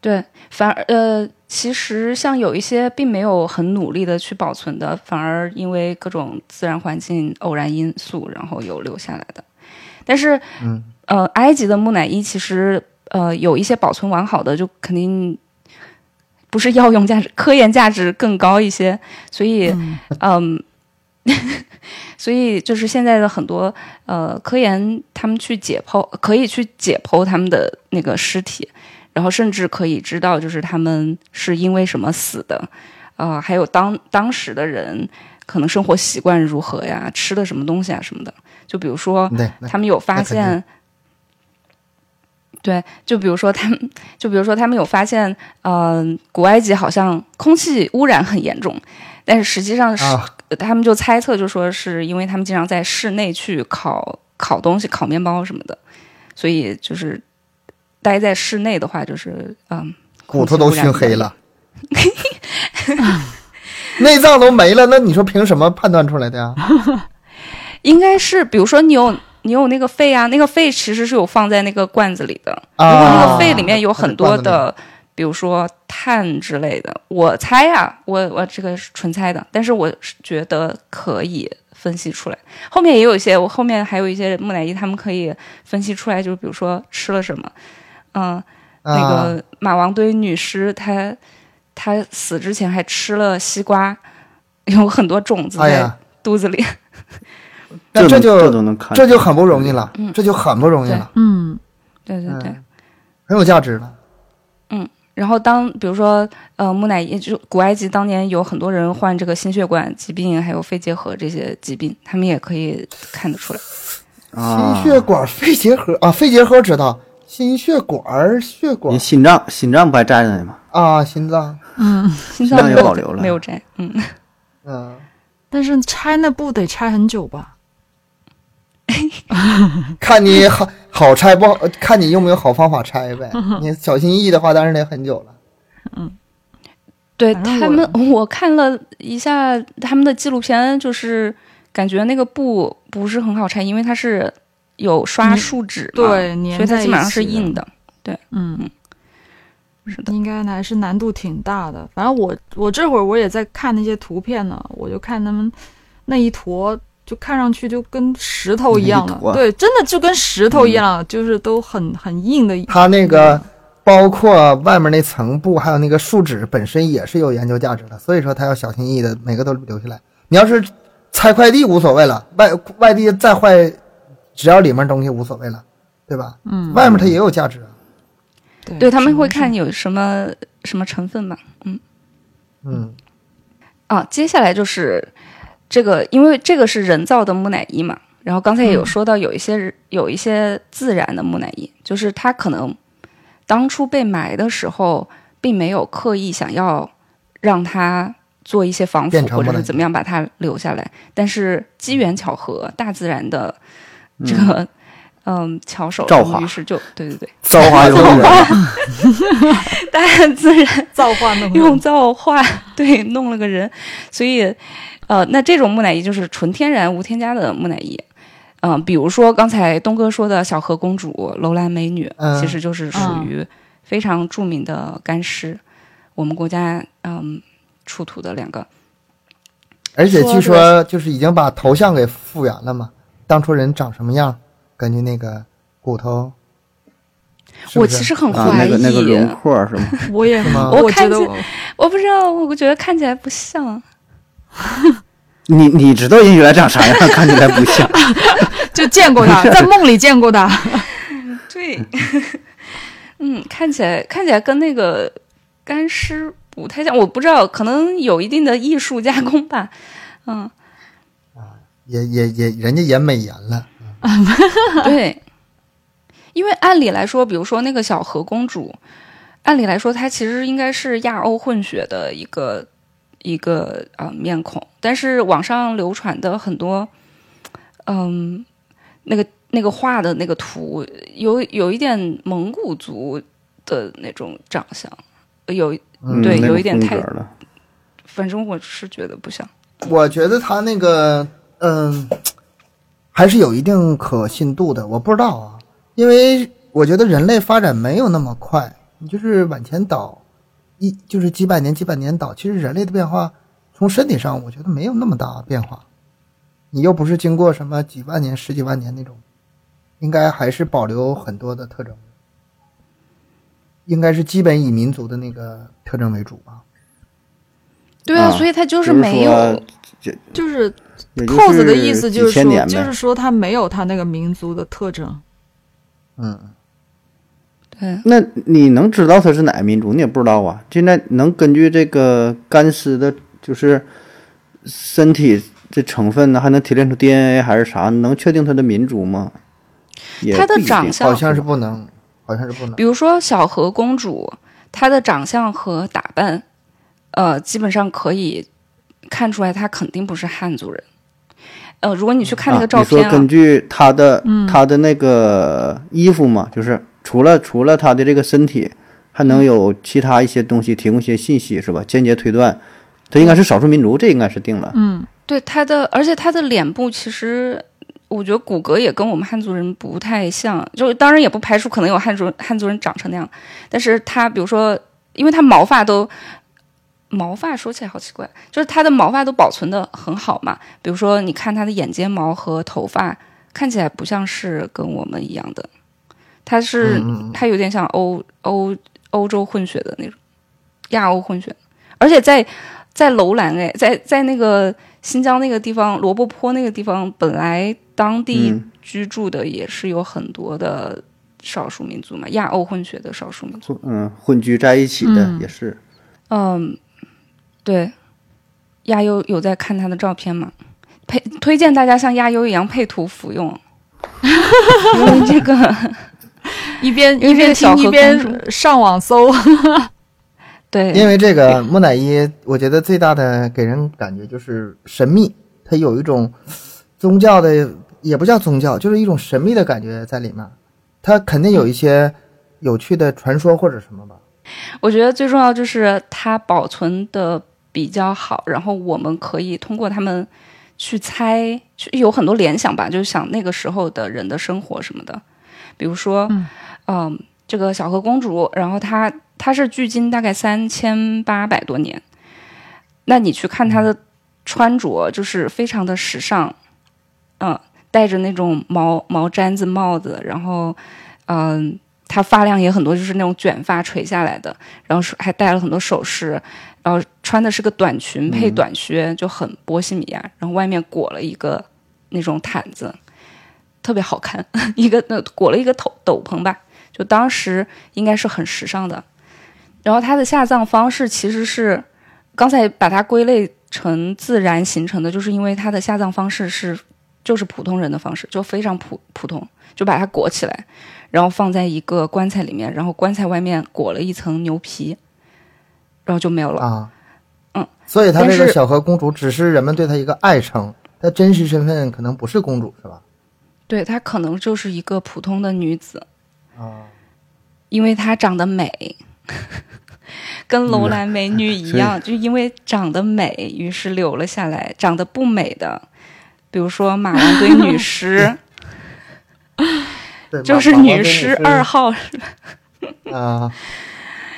S4: 对，反而呃，其实像有一些并没有很努力的去保存的，反而因为各种自然环境、偶然因素，然后有留下来的。但是，
S2: 嗯
S4: 呃，埃及的木乃伊其实呃有一些保存完好的，就肯定不是药用价值、科研价值更高一些，所以
S3: 嗯
S4: 嗯，所以就是现在的很多呃科研，他们去解剖，可以去解剖他们的那个尸体，然后甚至可以知道就是他们是因为什么死的，呃，还有当当时的人可能生活习惯如何呀，吃的什么东西啊什么的。就比如说，
S2: 对，嗯那
S4: 他们有发
S2: 那肯定
S4: 现，对，就比如说他们，就比如说他们有发现，嗯、古埃及好像空气污染很严重，但是实际上是、
S2: 啊，
S4: 他们就猜测，就说是因为他们经常在室内去烤烤东西、烤面包什么的，所以就是待在室内的话，就是嗯，
S2: 骨头都
S4: 空气污染
S2: 熏
S4: 比较
S2: 黑
S4: 严
S2: 了，内脏都没了，那你说凭什么判断出来的呀？
S4: 应该是，比如说你有你有那个肺啊，那个肺其实是有放在那个罐子里的，
S2: 啊，
S4: 如果那个肺里面有很多的，比如说碳之类的，我猜啊，我我这个是纯猜的，但是我是觉得可以分析出来。后面也有一些，我后面还有一些木乃伊，他们可以分析出来，就是比如说吃了什么，嗯、
S2: 啊
S4: 那个马王堆女尸，她她死之前还吃了西瓜，有很多种子
S2: 哎
S4: 在
S2: 呀，
S4: 肚子里。
S2: 那
S1: 这
S2: 这
S1: 能这
S2: 就
S1: 都能看出
S2: 这
S1: 来，
S2: 就很不容易了，这就很不容易了，
S3: 嗯
S4: 对对对。
S2: 嗯很有价值了。
S4: 然后当比如说呃木乃伊，就古埃及当年有很多人患这个心血管疾病，还有肺结核这些疾病，他们也可以看得出来。
S1: 啊
S2: 心，血管肺结核啊，肺结核知道，心血管血管
S1: 人心脏心脏不还在那呢吗？
S2: 啊，心脏，
S3: 嗯，
S4: 心脏
S1: 那
S4: 没
S1: 也
S4: 有
S1: 保留了
S4: 没有摘，嗯，
S2: 嗯，
S3: 但是拆那布得拆很久吧？
S2: 看你好好拆不好，看你用没有好方法拆呗。你小心翼翼的话，当然得很久了。
S4: 对
S3: 反正
S4: 他
S3: 我
S4: 们，我看了一下他们的纪录片，就是感觉那个布不是很好拆，因为它是有刷
S3: 嗯
S4: 树脂嘛，
S3: 对
S4: 所以
S3: 粘
S4: 它
S3: 在
S4: 基
S3: 一
S4: 本上是
S3: 起的
S4: 硬的。
S3: 嗯，
S4: 是的，
S3: 应该还是难度挺大的。反正我我这会儿我也在看那些图片呢，我就看他们那一坨，就看上去就跟石头一样
S1: 那一坨
S3: 了。对，真的就跟石头
S4: 嗯
S3: 一样，就是都很很硬的。
S2: 它那个包括外面那层布，还有那个树脂本身也是有研究价值的，所以说它要小心翼翼的每个都留下来。你要是拆快递无所谓了，外外地再坏，只要里面东西无所谓了，对吧？
S3: 嗯，
S2: 外面它也有价值啊。
S3: 对
S4: 对他们会
S3: 只能
S4: 看有什么什么成分嘛，嗯。
S2: 嗯，
S4: 啊，接下来就是这个，因为这个是人造的木乃伊嘛，然后刚才也有
S3: 嗯
S4: 说到有一些、有一些自然的木乃伊，就是它可能当初被埋的时候，并没有刻意想要让它做一些防腐
S2: 变成
S4: 或者
S2: 木乃
S4: 是
S2: 伊
S4: 怎么样把它留下来，但是机缘巧合，大自然的这个嗯巧手，
S1: 造化
S4: 于是就对对对，
S1: 造化弄人，
S4: 大自然
S3: 是造化弄人
S4: 用造化对弄了个人，所以呃，那这种木乃伊就是纯天然无添加的木乃伊。嗯、比如说刚才东哥说的小河公主、楼兰美女，
S2: 嗯
S4: 其实就是属于非常著名的干尸，我们国家嗯出土的两个。
S2: 而且
S4: 说
S2: 据
S4: 这个
S2: 说就是已经把头像给复原了嘛，当初人长什么样，根据那个骨头。是不
S4: 我
S2: 是
S4: 其实很
S1: 啊，
S4: 怀
S1: 那
S4: 疑，
S1: 个那个轮廓是吗？
S3: 我也
S2: 是吗
S4: 我
S3: 我觉
S4: 看
S3: 得
S4: 见
S3: 我
S4: 我不知道，我觉得看起来不像。
S1: 你你知道人原来长啥样， 看起来不像。
S4: 啊
S3: 就见过 他，在梦里见过他。
S4: 对， 嗯，看起来看起来跟那个干尸不太像，我不知道，可能有一定的艺术加工吧。嗯，
S2: 也也也，人家也美颜了。
S4: 对，因为按理来说，比如说那个小何公主，按理来说她其实应该是亚欧混血的一个一个啊、呃面孔，但是网上流传的很多，嗯，那个那个画的那个图有有一点蒙古族的那种长相，有
S1: 嗯
S4: 对
S1: 那
S4: 有
S1: 个
S4: 一点
S1: 风
S4: 太
S1: 格了。
S4: 反正我是觉得不像。
S2: 我觉得他那个，嗯，还是有一定可信度的。我不知道啊，因为我觉得人类发展没有那么快，你就是往前倒，一就是几百年几百年倒，其实人类的变化从身体上，我觉得没有那么大的变化。你又不是经过什么几万年、十几万年那种，应该还是保留很多的特征，应该是基本以民族的那个特征为主吧。
S4: 对啊，
S1: 啊
S4: 所以它就是是没有，
S1: 说这
S3: 就是
S1: 也就
S3: 扣子的意思就是
S1: 几千
S3: 说，
S1: 年
S3: 就
S1: 呗
S3: 是说他没有他那个民族的特征。
S2: 嗯，
S4: 对，
S1: 那你能知道它是哪个民族？你也不知道啊。现在能根据这个干尸的，就是身体这成分呢，还能提炼出 DNA 还是啥？能确定它的民族吗？也
S4: 它的
S1: 不一定
S4: 长相
S2: 好像是不能，好像是不能
S4: 比。如说小和公主，她的长相和打扮，呃，基本上可以看出来她肯定不是汉族人。呃，如果你去看那个照
S1: 啊、
S4: 片嗯
S1: 你说根据他的、他的那个衣服嘛，就是除了除了他的这个身体，还能有其他一些东西提供一些信息是吧？间接推断，他应该是少数民族，这应该是定了。
S3: 嗯，
S4: 对他的，而且他的脸部其实，我觉得骨骼也跟我们汉族人不太像，就是当然也不排除可能有汉族汉族人长成那样，但是他比如说，因为他毛发都。毛发说起来好奇怪，就是他的毛发都保存的很好嘛。比如说，你看他的眼睫毛和头发，看起来不像是跟我们一样的，他是
S2: 嗯嗯嗯
S4: 他有点像欧欧欧洲混血的那种，亚欧混血，而且在在楼兰哎，在在那个新疆那个地方，罗布泊那个地方，本来当地
S1: 嗯
S4: 居住的也是有很多的少数民族嘛，亚欧混血的少数民族。
S1: 混嗯，混居在一起的
S3: 嗯
S1: 也是，
S4: 嗯，对，亚优有在看他的照片吗？配推荐大家像亚优一样配图服用， 因为这个
S3: 一边
S4: 因为
S3: 一边
S4: 小
S3: 听一
S4: 河公
S3: 边上网搜。
S4: 对
S2: 因为这个木乃伊，我觉得最大的给人感觉就是神秘，它有一种宗教的，也不叫宗教，就是一种神秘的感觉在里面。它肯定有
S4: 嗯
S2: 一些有趣的传说或者什么吧。
S4: 我觉得最重要就是它保存的比较好，然后我们可以通过他们去猜，去有很多联想吧，就是想那个时候的人的生活什么的。比如说，嗯、这个小河公主，然后她她是距今大概三千八百多年，那你去看她的穿着，就是非常的时尚，嗯、戴着那种毛毛毡子帽子，然后，嗯、她发量也很多，就是那种卷发垂下来的，然后是还戴了很多首饰，然后穿的是个短裙配短靴，就很波西米亚，然后外面裹了一个那种毯子，特别好看， 一个那裹了一个斗斗篷吧，就当时应该是很时尚的。然后它的下葬方式其实是刚才把它归类成自然形成的，就是因为它的下葬方式是就是普通人的方式，就非常普普通，就把它裹起来，然后放在一个棺材里面，然后棺材外面裹了一层牛皮，然后就没有了。
S2: 啊，
S4: 嗯，
S2: 所以她这
S4: 但
S2: 个
S4: 是
S2: 小河公主只是人们对她一个爱称，她真实身份可能不是公主，是吧？
S4: 对，她可能就是一个普通的女子，
S2: 啊，
S4: 因为她长得美，跟楼兰美女
S2: 嗯
S4: 一样，就因为长得美，于是留了下来。长得不美的，比如说马王堆 女尸，
S2: 对，
S4: 就是
S2: 马
S4: 女尸二
S2: 号
S4: 号，
S2: 啊，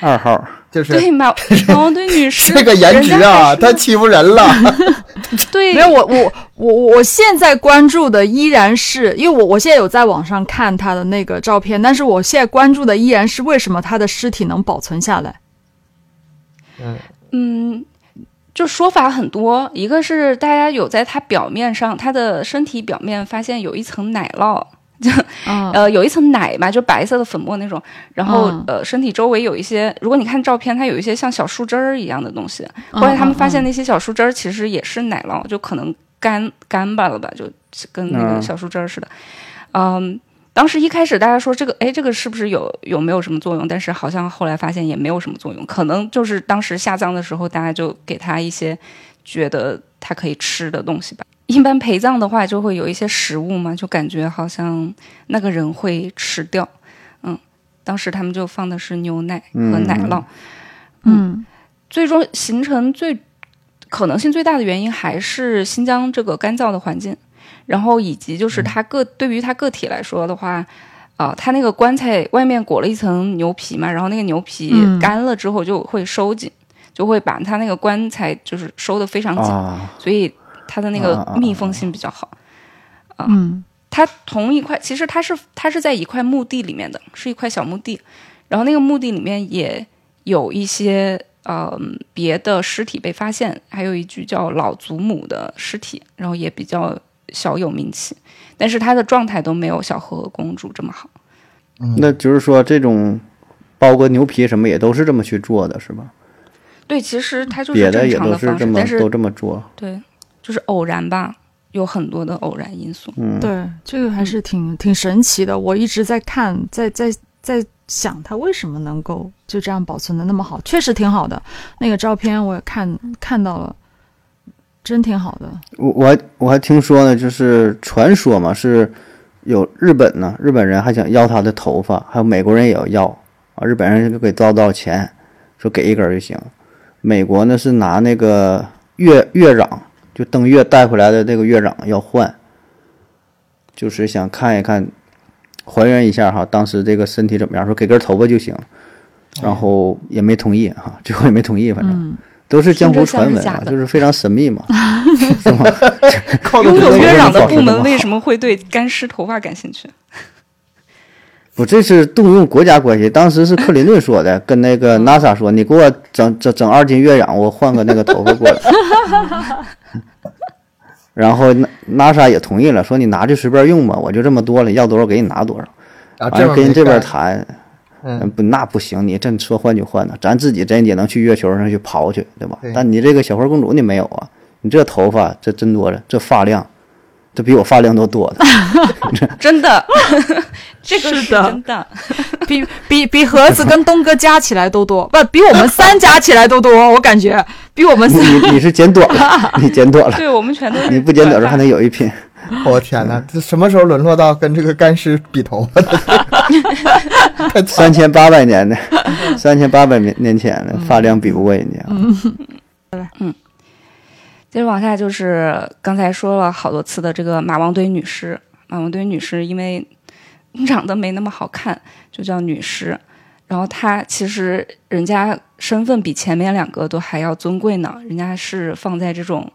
S1: 二号
S2: 就是
S4: 对马马王堆女尸
S2: 这个颜值啊，
S4: 人家
S2: 她
S4: 还是
S2: 欺负人 了。
S4: 对
S3: 没有我我我我现在关注的依然是，因为我我现在有在网上看他的那个照片，但是我现在关注的依然是为什么他的尸体能保存下来。
S2: 嗯，
S4: 嗯，就说法很多，一个是大家有在它表面上，它的身体表面发现有一层奶酪，
S3: 嗯
S4: 呃，有一层奶吧，就白色的粉末那种，然后、
S3: 嗯
S4: 呃，身体周围有一些，如果你看照片，它有一些像小树枝儿一样的东西，后来他
S3: 嗯
S4: 们发现那些小树枝儿其实也是奶酪，就可能干干巴了吧，就跟那个
S1: 嗯
S4: 小树枝儿似的。嗯，当时一开始大家说这个，哎，这个是不是有有没有什么作用？但是好像后来发现也没有什么作用，可能就是当时下葬的时候，大家就给他一些觉得他可以吃的东西吧。一般陪葬的话，就会有一些食物嘛，就感觉好像那个人会吃掉。嗯，当时他们就放的是牛奶和奶酪。
S3: 嗯
S4: 最终形成最可能性最大的原因还是新疆这个干燥的环境，然后以及就是它个、对于它个体来说的话，啊，它那个棺材外面裹了一层牛皮嘛，然后那个牛皮
S3: 嗯
S4: 干了之后就会收紧，就会把它那个棺材就是收的非常紧，
S1: 啊，
S4: 所以它的那
S1: 啊啊
S4: 个
S1: 啊
S4: 密封性比较好。啊
S3: 嗯
S4: 它同一块，其实它是它是在一块墓地里面的，是一块小墓地，然后那个墓地里面也有一些呃别的尸体被发现，还有一具叫老祖母的尸体，然后也比较小有名气，但是它的状态都没有小和公主这么好。
S1: 那就是说这种包个牛皮什么也都是这么去做的，是吧？
S4: 对，其实它就是
S1: 别的
S4: 正
S1: 也
S4: 常
S1: 都
S4: 方
S1: 这
S4: 式，
S1: 么
S4: 但是
S1: 都这么做，
S4: 对，就是偶然吧，有很多的偶然因素。
S1: 嗯，
S3: 对，这个还是挺挺神奇的。我一直在看，在在在想它为什么能够就这样保存的那么好，确实挺好的。那个照片我也看看到了，真挺好的。
S1: 我我还我还听说呢，就是传说嘛，是有日本呢，日本人还想要他的头发，还有美国人也要要啊，日本人就给造造钱，说给一根儿就行。美国呢是拿那个月月壤，就登月带回来的那个月壤要换，就是想看一看，还原一下哈，当时这个身体怎么样，说给根头发就
S4: 哦
S1: 行，然后也没同意哈，最后也没同意，反正、都是江湖传
S4: 嗯听着
S1: 闻
S4: 像是
S1: 啊
S4: 假，的
S1: 就是非常神秘 嘛。
S2: 靠
S4: 拥
S1: 这
S4: 有
S1: 个
S4: 约
S1: 我
S4: 壤
S1: 能
S4: 的
S1: 保持
S4: 部
S1: 这
S4: 门
S1: 么
S4: 为
S1: 好
S4: 什么会对干尸头发感兴趣？
S1: 不，这是动用国家关系。当时是克林顿说的，跟那个 NASA 说：“你给我整整整二斤月壤，我换个那个头发过来。”然后那 NASA 也同意了，说：“你拿就随便用吧，我就这么多了，要多少给你拿多少。”
S2: 啊，
S1: 完了
S2: 么
S1: 跟
S2: 没
S1: 这边
S2: 干
S1: 谈，
S2: 嗯
S1: 嗯，不，那不行，你这说换就换呢，咱自己真也能去月球上去刨去，对吧
S2: 对？
S1: 但你这个小花公主你没有啊，你这头发这真多了，这发量，这比我发量都多的。
S4: 真 的，这个
S3: 是
S4: 是
S3: 的
S4: 真的。
S3: 比比比盒子跟东哥加起来都多，不比我们三加起来都多，我感觉比我们
S1: 你
S3: 三
S1: 你你是剪短了，你剪短了。
S4: 对我们全都是
S1: 你不剪短
S4: 短
S1: 时候还
S4: 发
S1: 能有一拼。
S2: 我天哪，这什么时候沦落到跟这个干尸比头发的？太惨
S1: 三千八百年的，三千八百年年前的发量比不过人家。
S4: 接着往下就是刚才说了好多次的这个马王堆女尸，马王堆女尸因为 长得没那么好看，就叫女尸。然后她其实人家身份比前面两个都还要尊贵呢，人家是放在这种，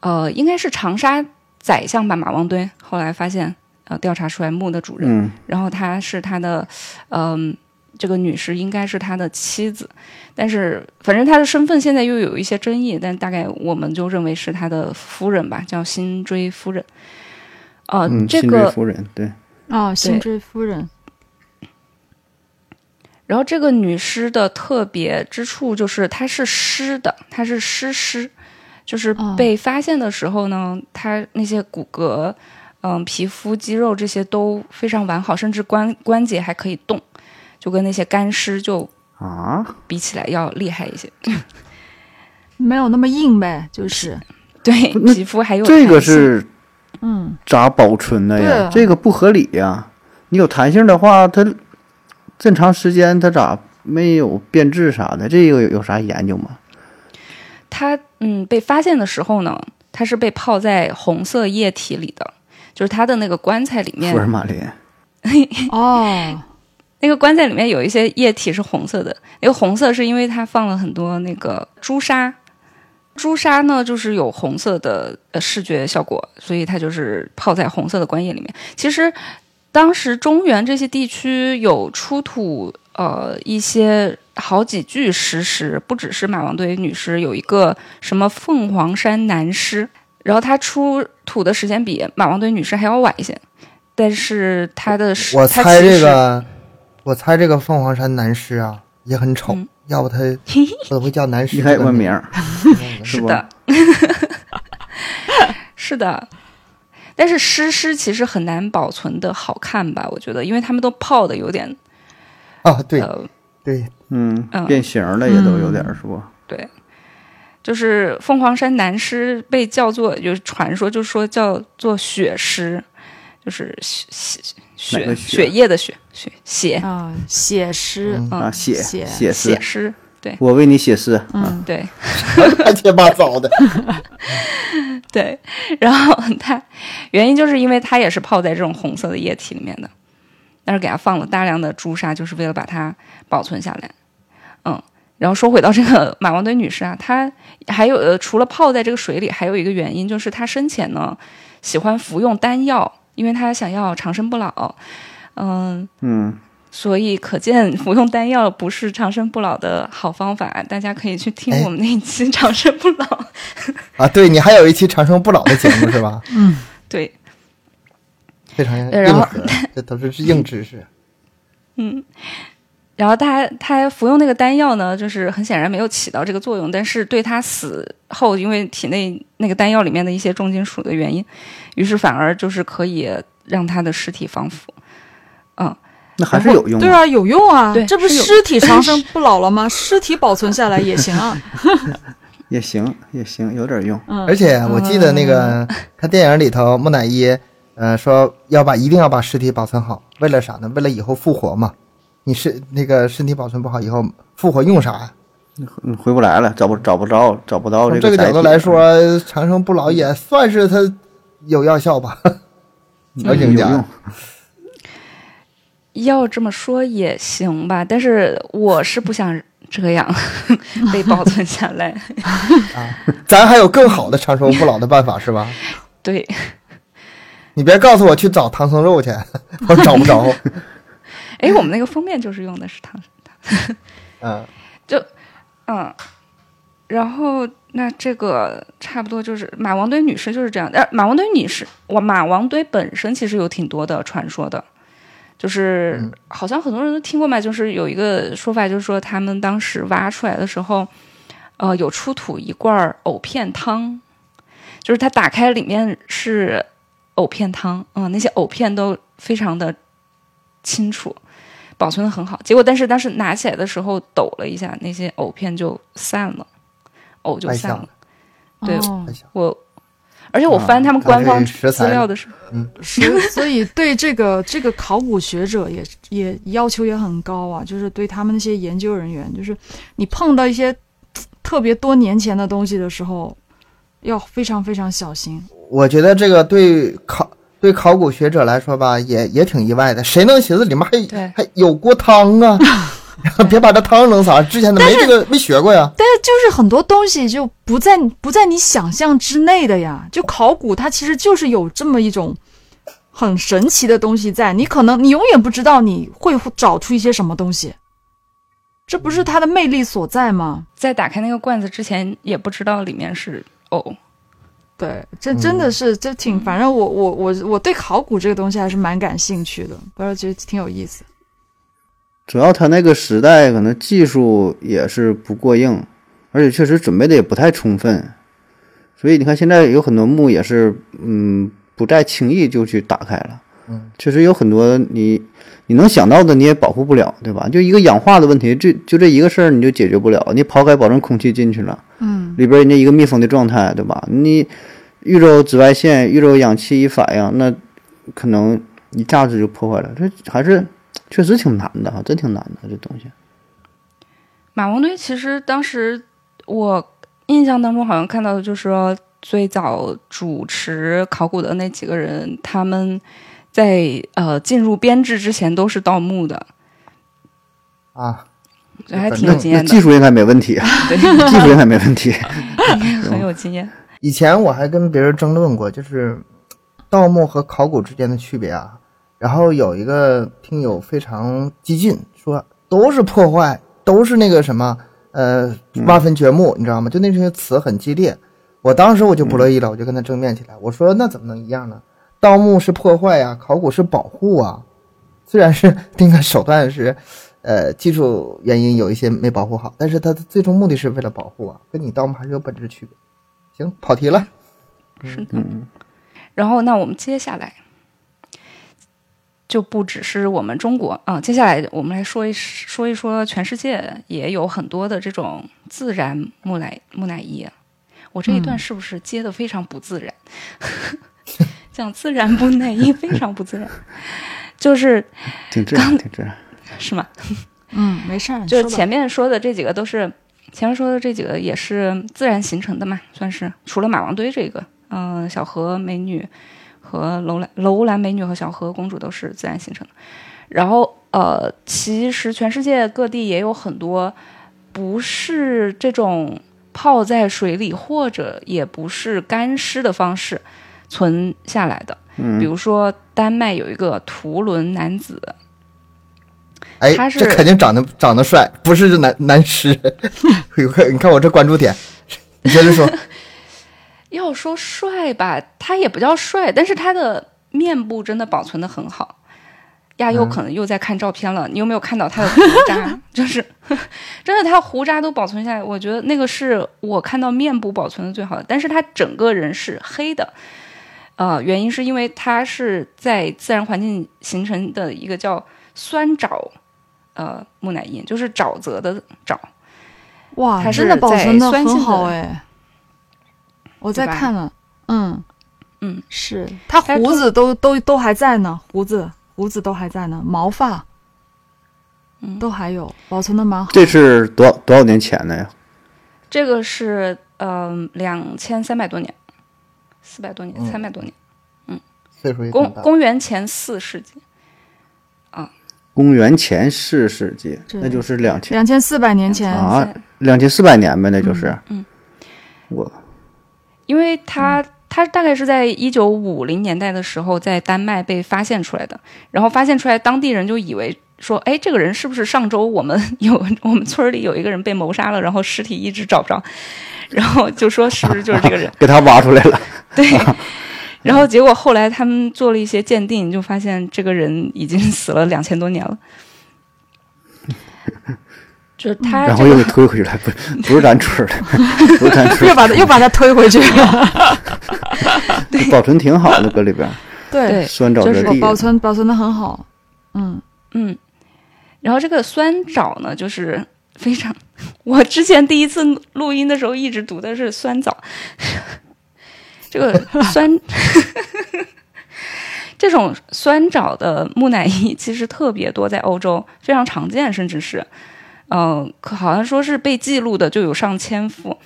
S4: 呃，应该是长沙宰相吧，马王堆。后来发现，呃，调查出来墓的主人，
S1: 嗯，
S4: 然后他是他的，嗯、这个女士应该是他的妻子，但是反正他的身份现在又有一些争议，但大概我们就认为是他的夫人吧，叫辛追夫人。呃，
S1: 嗯，
S4: 这
S1: 新追
S4: 个，
S1: 夫人，对，
S3: 啊，辛追夫人，
S4: 然后这个女尸的特别之处就是她是尸的，她是尸尸，就是
S3: 哦
S4: 被发现的时候呢，她那些骨骼、嗯、皮肤、肌肉这些都非常完好，甚至关关节还可以动，就跟那些干尸就
S1: 啊，
S4: 比起来要厉害 一些。
S3: 没有那么硬呗，就是
S4: 对
S1: 不，那
S4: 皮肤还有
S1: 这个
S4: 弹性
S1: 是
S3: 嗯，
S1: 咋保存的
S3: 对
S1: 呀
S3: 啊？
S1: 这个不合理呀。你有弹性的话，它这么长时间它咋没有变质啥的？这个有有啥研究吗？
S4: 它，嗯，被发现的时候呢，它是被泡在红色液体里的，就是它的那个棺材里面
S1: 福，尔马林，
S3: 哦，
S4: 那个棺材里面有一些液体是红色的，那个红色是因为它放了很多那个朱砂，朱砂呢就是有红色的呃视觉效果，所以它就是泡在红色的棺液里面。其实当时中原这些地区有出土呃一些好几具石狮，不只是马王堆女尸，有一个什么凤凰山男尸，然后它出土的时间比马王堆女尸还要晚一些。但是它的尸
S2: 我
S4: 它
S2: 猜
S4: 其
S2: 这
S4: 实
S2: 个，我猜这个凤凰山男尸啊也很丑，
S4: 嗯
S2: 要 不他会不会叫男尸
S1: 一
S2: 这
S1: 开
S2: 个名字？
S1: 文明儿，
S4: 是
S1: 不？
S4: 的，是的。但是湿湿其实很难保存的好看吧？我觉得，因为他们都泡的有点
S2: 啊，对
S4: 呃，
S2: 对，
S1: 嗯
S4: 嗯，
S1: 变形了也都有点儿是不？
S4: 对，就是凤凰山男尸被叫做有传说，就说叫做血尸，就是血
S1: 哪个
S4: 血
S1: 血
S4: 血液的血血血
S3: 啊，写诗，
S2: 嗯
S1: 啊，
S4: 嗯
S1: 写
S3: 写
S1: 写诗
S4: 血，尸，对
S1: 我为你写诗。
S3: 嗯，
S4: 对。
S2: 乱七八糟的。
S4: 对，然后它原因就是因为它也是泡在这种红色的液体里面的，但是给它放了大量的朱砂，就是为了把它保存下来。嗯，然后说回到这个 马王堆女士啊，她还有呃，除了泡在这个水里，还有一个原因就是她生前呢喜欢服用丹药，因为她想要长生不老。嗯，
S1: 嗯，
S4: 所以可见服用丹药不是长生不老的好方法。大家可以去听
S2: 哎
S4: 我们那一期长生不老。
S2: 啊，对你还有一期长生不老的节目是吧？
S3: 嗯，
S4: 对，
S2: 非 常硬
S4: 对然后
S2: 核，这都 是硬知识。
S4: 然后他他服用那个丹药呢，就是很显然没有起到这个作用，但是对他死后，因为体内那个丹药里面的一些重金属的原因，于是反而就是可以让他的尸体防腐。嗯，
S1: 那还是有用
S3: 对
S1: 的。
S3: 啊，有用啊，
S4: 对
S3: 这不
S4: 是有
S3: 尸体长 生不老了吗？尸体保存下来也行啊，
S1: 也行，也行，有点用。
S3: 嗯，
S2: 而且我记得那个看电影里头，木乃伊，呃，说要把一定要把尸体保存好，为了啥呢？为了以后复活嘛。你是那个身体保存不好，以后复活用啥啊呀？
S1: 嗯，回不来了，找不找不着，找不到
S2: 从
S1: 这
S2: 这个角
S1: 载
S2: 度
S1: 体啊
S2: 来，说，长生不老也算是它有药效吧。
S1: 嗯 有
S2: 影响
S1: 用。
S4: 要这么说也行吧，但是我是不想这样 被保存下来。
S2: 咱还有更好的长生不老的办法是吧？
S4: 对，
S2: 你别告诉我去找唐僧肉去，我找 不着。
S4: 哎，我们那个封面就是用的是糖，
S2: 嗯，
S4: 嗯，然后那这个差不多就是马王堆女尸就是这样。呃，马王堆女尸，我马王堆本身其实有挺多的传说的，就是
S2: 嗯
S4: 好像很多人都听过嘛，就是有一个说法，就是说他们当时挖出来的时候，呃，有出土一罐儿藕片汤，就是它打开里面是藕片汤，嗯，那些藕片都非常的清楚。保存的很好。结果，但是当时拿起来的时候抖了一下，那些藕片就散了，藕就
S2: 白
S4: 散
S2: 相
S4: 了。对
S3: 哦
S4: 我，而且我翻他们
S2: 啊
S4: 官
S2: 这个
S4: 方
S2: 食
S4: 资
S2: 材
S4: 料的时候，
S3: 所以所以对这个这个考古学者也也要求也很高啊，就是对他们那些研究人员，就是你碰到一些特别多年前的东西的时候，要非常非常小心。
S2: 我觉得这个对考对考古学者来说吧，也也挺意外的。谁能寻思里面
S4: 对
S2: 还还有锅汤啊？ 别把这汤弄啥，之前都没这个没学过呀。
S3: 但是就是很多东西就不在不在你想象之内的呀，就考古它其实就是有这么一种。很神奇的东西在，你可能你永远不知道你会找出一些什么东西，这不是它的魅力所在吗？
S4: 在打开那个罐子之前，也不知道里面是藕。
S3: 对，这
S4: 嗯
S3: 真的是这挺，反正我我我我对考古这个东西还是蛮感兴趣的，不是觉得挺有意思。
S1: 主要他那个时代可能技术也是不过硬，而且确实准备的也不太充分，所以你看现在有很多墓也是，嗯，不再轻易就去打开了。
S2: 嗯，
S1: 确实有很多你你能想到的你也保护不了，对吧？就一个氧化的问题，就就这一个事儿你就解决不了。你刨开保证空气进去了，
S3: 嗯，
S1: 里边人家一个密封的状态，对吧？你遇着紫外线，遇着氧气一反应，那可能一下子就破坏了。这还是确实挺难的哈，真挺难的这东西。
S4: 马王堆其实当时我印象当中好像看到的就是说，最早主持考古的那几个人，他们在呃进入编制之前都是盗墓的，
S2: 啊，
S4: 所以还
S2: 反
S4: 挺
S2: 正
S4: 有
S1: 那
S4: 经
S1: 那
S4: 验的
S1: 技，术应该没问题，啊 技术应该没问题。
S4: 很有经验。
S2: 以前我还跟别人争论过，就是盗墓和考古之间的区别啊。然后有一个听友非常激进，说都是破坏，都是那个什么，呃，挖坟掘墓，你知道吗？就那些词很激烈。我当时我就不乐意了，我就跟他争辩起来，我说那怎么能一样呢？盗墓是破坏呀、考古是保护啊。虽然是 那个手段是，呃，技术原因有一些没保护好，但是它的最终目的是为了保护啊，跟你盗墓还是有本质区别。行，跑题了。
S4: 然后，那我们接下来就不只是我们中国啊、接下来我们来说一说一说全世界也有很多的这种自然木乃木乃伊。啊我这一段是不是接的非常不自然？ 讲自然木乃伊非常不自然， 就是
S1: 挺自然，挺自然。
S4: 是吗？
S3: 嗯，没事儿，
S4: 就是
S3: 说吧
S4: 前面说的这几个都是，前面说的这几个也是自然形成的嘛，算是除了马王堆这个，嗯、小河美女和楼兰楼兰美女和小河公主都是自然形成的。然后呃，其实全世界各地也有很多不是这种泡在水里或者也不是干湿的方式存下来的，比如说丹麦有一个图伦男子，
S2: 哎
S4: 他，是
S2: 这肯定长得长得帅，不是男男尸。 你看，你看我这关注点，你接着说。
S4: 要说帅吧，他也不叫帅，但是他的面部真的保存的很好。亚优可能又在看照片了，你有没有看到他的胡渣？ 就是真的，他胡渣都保存下来，我觉得那个是我看到面部保存的最好的。但是他整个人是黑的，呃，原因是因为他是在自然环境形成的一个叫酸沼，呃，木乃伊，就是沼泽的沼。
S3: 哇，
S4: 它
S3: 真的
S4: 是
S3: 保
S4: 在
S3: 存的
S4: 酸
S3: 很
S4: 性的
S3: 好哎。我在
S4: 对吧
S3: 看了，嗯
S4: 嗯，
S3: 是他
S4: 但是
S3: 胡
S4: 通
S3: 子都都都还在呢，胡子胡子都还在呢，毛发
S4: 嗯
S3: 都还有，保存的蛮好。
S1: 这是多少多少年前的呀？
S4: 这个是嗯两千三百多年，四百多年，三百多年，
S2: 岁数也挺
S4: 公
S2: 大，
S4: 公元前四世纪，
S1: 公元前四世纪，
S3: 对
S1: 那就是两千
S3: 两千四百年前，
S1: 啊
S4: 2400
S1: 两千四百年呗，那就是。
S4: 嗯嗯
S1: 我
S4: 因为它它大概是在一九五零年代的时候在丹麦被发现出来的，然后发现出来，当地人就以为说，哎，这个人是不是上周我们 有我们村儿里有一个人被谋杀了，然后尸体一直找不着，然后就说是不是就是这个人？
S1: 给他挖出来了，
S4: 对。然后结果后来他们做了一些鉴定，就发现这个人已经死了两千多年了。就是哎他、这个，
S1: 然后又给推回去了，不是不是咱村儿的， 不是咱 村
S3: 又
S1: 儿
S3: 把他又把他推回去
S4: 啊
S3: 了。
S1: 的，保存挺好的，搁里边儿
S3: 对，
S4: 对
S1: 酸沼
S4: 就
S1: 泽
S4: 是
S1: 地。啊
S3: 保存保存的很好。嗯，
S4: 嗯，然后这个酸枣呢，就是非常，我之前第一次录音的时候一直读的是酸枣，这个酸，这种酸枣的木乃伊其实特别多，在欧洲非常常见，甚至是，嗯、可好像说是被记录的就有上千副。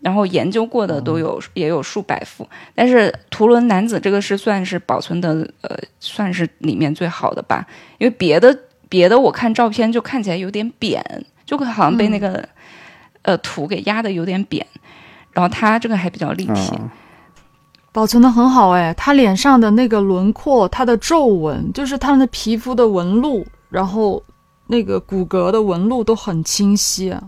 S4: 然后研究过的都有、也有数百副，但是图伦男子这个是算是保存的，呃，算是里面最好的吧。因为别的别的我看照片就看起来有点扁，就好像被那个、呃土给压的有点扁，然后它这个还比较立体，
S1: 啊，
S3: 保存的很好哎，他脸上的那个轮廓，他的皱纹，就是他们的皮肤的纹路，然后那个骨骼的纹路都很清晰、啊，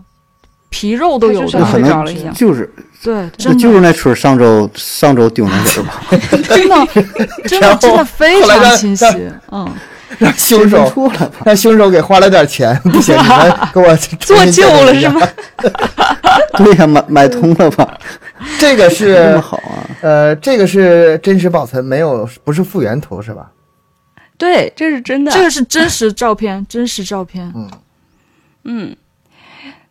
S3: 皮肉都有
S4: 它就
S1: 那
S4: 像
S1: 可
S4: 睡
S3: 的。
S4: 着了一
S1: 能
S4: 样。
S1: 就是
S3: 对，
S1: 那
S3: 真
S1: 就
S3: 的
S1: 是那村儿上周上周丢那个吧，
S3: 真的真
S2: 然
S3: 的
S2: 后
S3: 真的非
S2: 后来
S3: 常
S2: 让
S3: 清晰
S2: 让。
S3: 嗯，
S2: 让凶
S1: 认
S2: 手
S1: 错了吧？
S2: 让凶手给花了点钱，不行，你们给我
S4: 做旧了是
S2: 吗？
S4: 吗？
S1: 对呀，买买通了吧？
S2: 这 个
S1: 这么
S2: 是
S1: 好啊？
S2: 呃，这个是真实保存，没有不是复原图是吧？
S4: 对，这是真的。
S3: 这个是真实照片，真实照片。
S4: 嗯，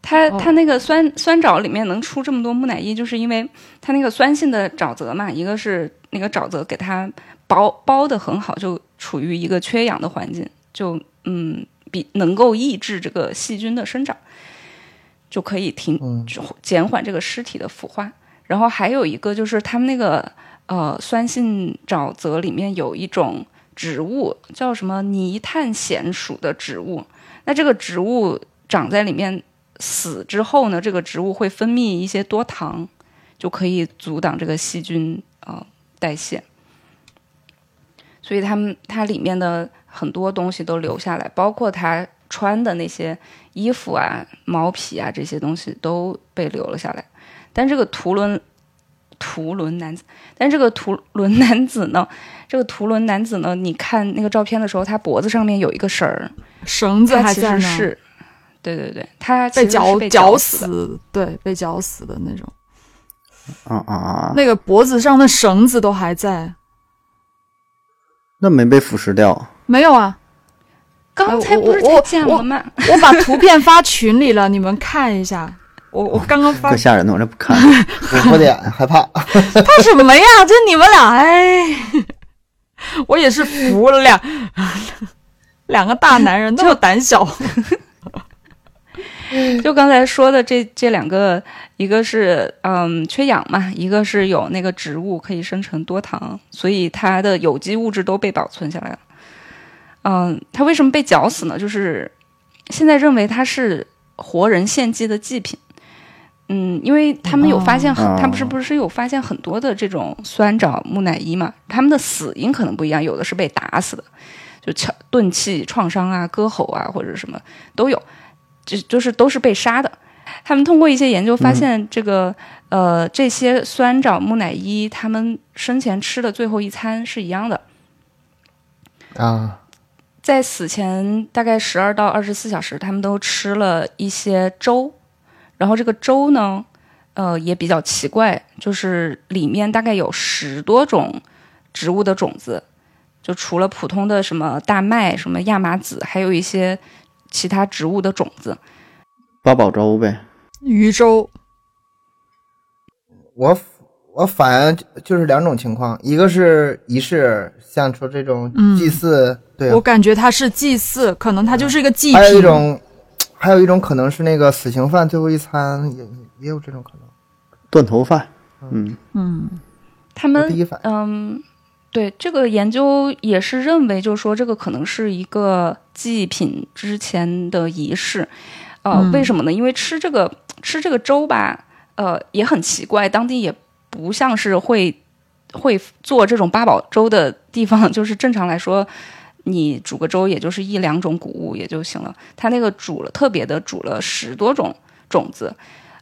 S4: 它
S3: 哦
S4: 它那个酸酸枣里面能出这么多木乃伊，就是因为它那个酸性的沼泽嘛，一个是那个沼泽给它包包的很好，就处于一个缺氧的环境，就嗯比能够抑制这个细菌的生长，就可以停
S2: 嗯
S4: 就减缓这个尸体的腐化。然后还有一个就是他们那个呃酸性沼泽里面有一种植物叫什么泥炭藓属的植物，那这个植物长在里面死之后呢，这个植物会分泌一些多糖，就可以阻挡这个细菌啊、呃代谢。所以他们它里面的很多东西都留下来，包括他穿的那些衣服啊、毛皮啊这些东西都被留了下来。但这个图伦图伦男子，但这个图伦男子呢，这个图伦男子呢，你看那个照片的时候，他脖子上面有一个绳儿，
S3: 绳子
S4: 他
S3: 还
S4: 其
S3: 在
S4: 实
S3: 呢，
S4: 是，对对对，他其
S3: 被
S4: 实是
S3: 绞
S4: 被绞
S3: 绞
S4: 死的。
S3: 死，对，被绞死的那种。
S1: 啊啊啊！
S3: 那个脖子上的绳子都还在。
S1: 那没被腐蚀掉，
S3: 没有啊，
S4: 刚才
S3: 哎
S4: 不是
S3: 我
S4: 才讲
S3: 我
S4: 了吗？
S3: 我把图片发群里了，你们看一下。我
S2: 哦
S3: 我刚刚发
S1: 怪吓人的，我这不看。
S2: 我有点害怕。
S3: 怕什么呀？ 这你们俩哎， 我也是服了两 两个大男人那么胆小。
S4: 就刚才说的这这两个，一个是嗯缺氧嘛，一个是有那个植物可以生成多糖，所以它的有机物质都被保存下来了。嗯，他为什么被绞死呢？就是现在认为他是活人献祭的祭品。嗯，因为他们有发现很，
S1: 哦
S4: 他们是不是有发现很多的这种酸枣木乃伊嘛？他们的死因可能不一样，有的是被打死的，就敲钝器创伤啊、割喉啊或者什么都有，就就是都是被杀的。他们通过一些研究发现，这个、呃这些酸枣木乃伊他们生前吃的最后一餐是一样的，
S2: 啊，
S4: 在死前大概十二到二十四小时，他们都吃了一些粥，然后这个粥呢，呃，也比较奇怪，就是里面大概有十多种植物的种子，就除了普通的什么大麦、什么亚麻籽，还有一些其他植物的种子。
S1: 八宝粥呗，
S3: 禹州
S2: 我我反就是两种情况，一个是仪式，像说这种
S3: 嗯
S2: 祭祀，对啊
S3: 我，感觉他是祭祀，可能他就是一个祭品。
S2: 还有一种，还有一种可能是那个死刑犯最后一餐也也有这种可能。
S1: 断头饭，嗯，
S3: 嗯，
S4: 他
S2: 我
S4: 们
S2: 第一反应，
S4: 嗯，对，这个研究也是认为，就是说这个可能是一个祭品之前的仪式。呃，
S3: 嗯
S4: 为什么呢？因为吃这个吃这个粥吧，呃，也很奇怪，当地也不像是会会做这种八宝粥的地方， 就是正常来说。你煮个粥，也就是一两种谷物也就行了。他那个煮了特别的，煮了十多种种子。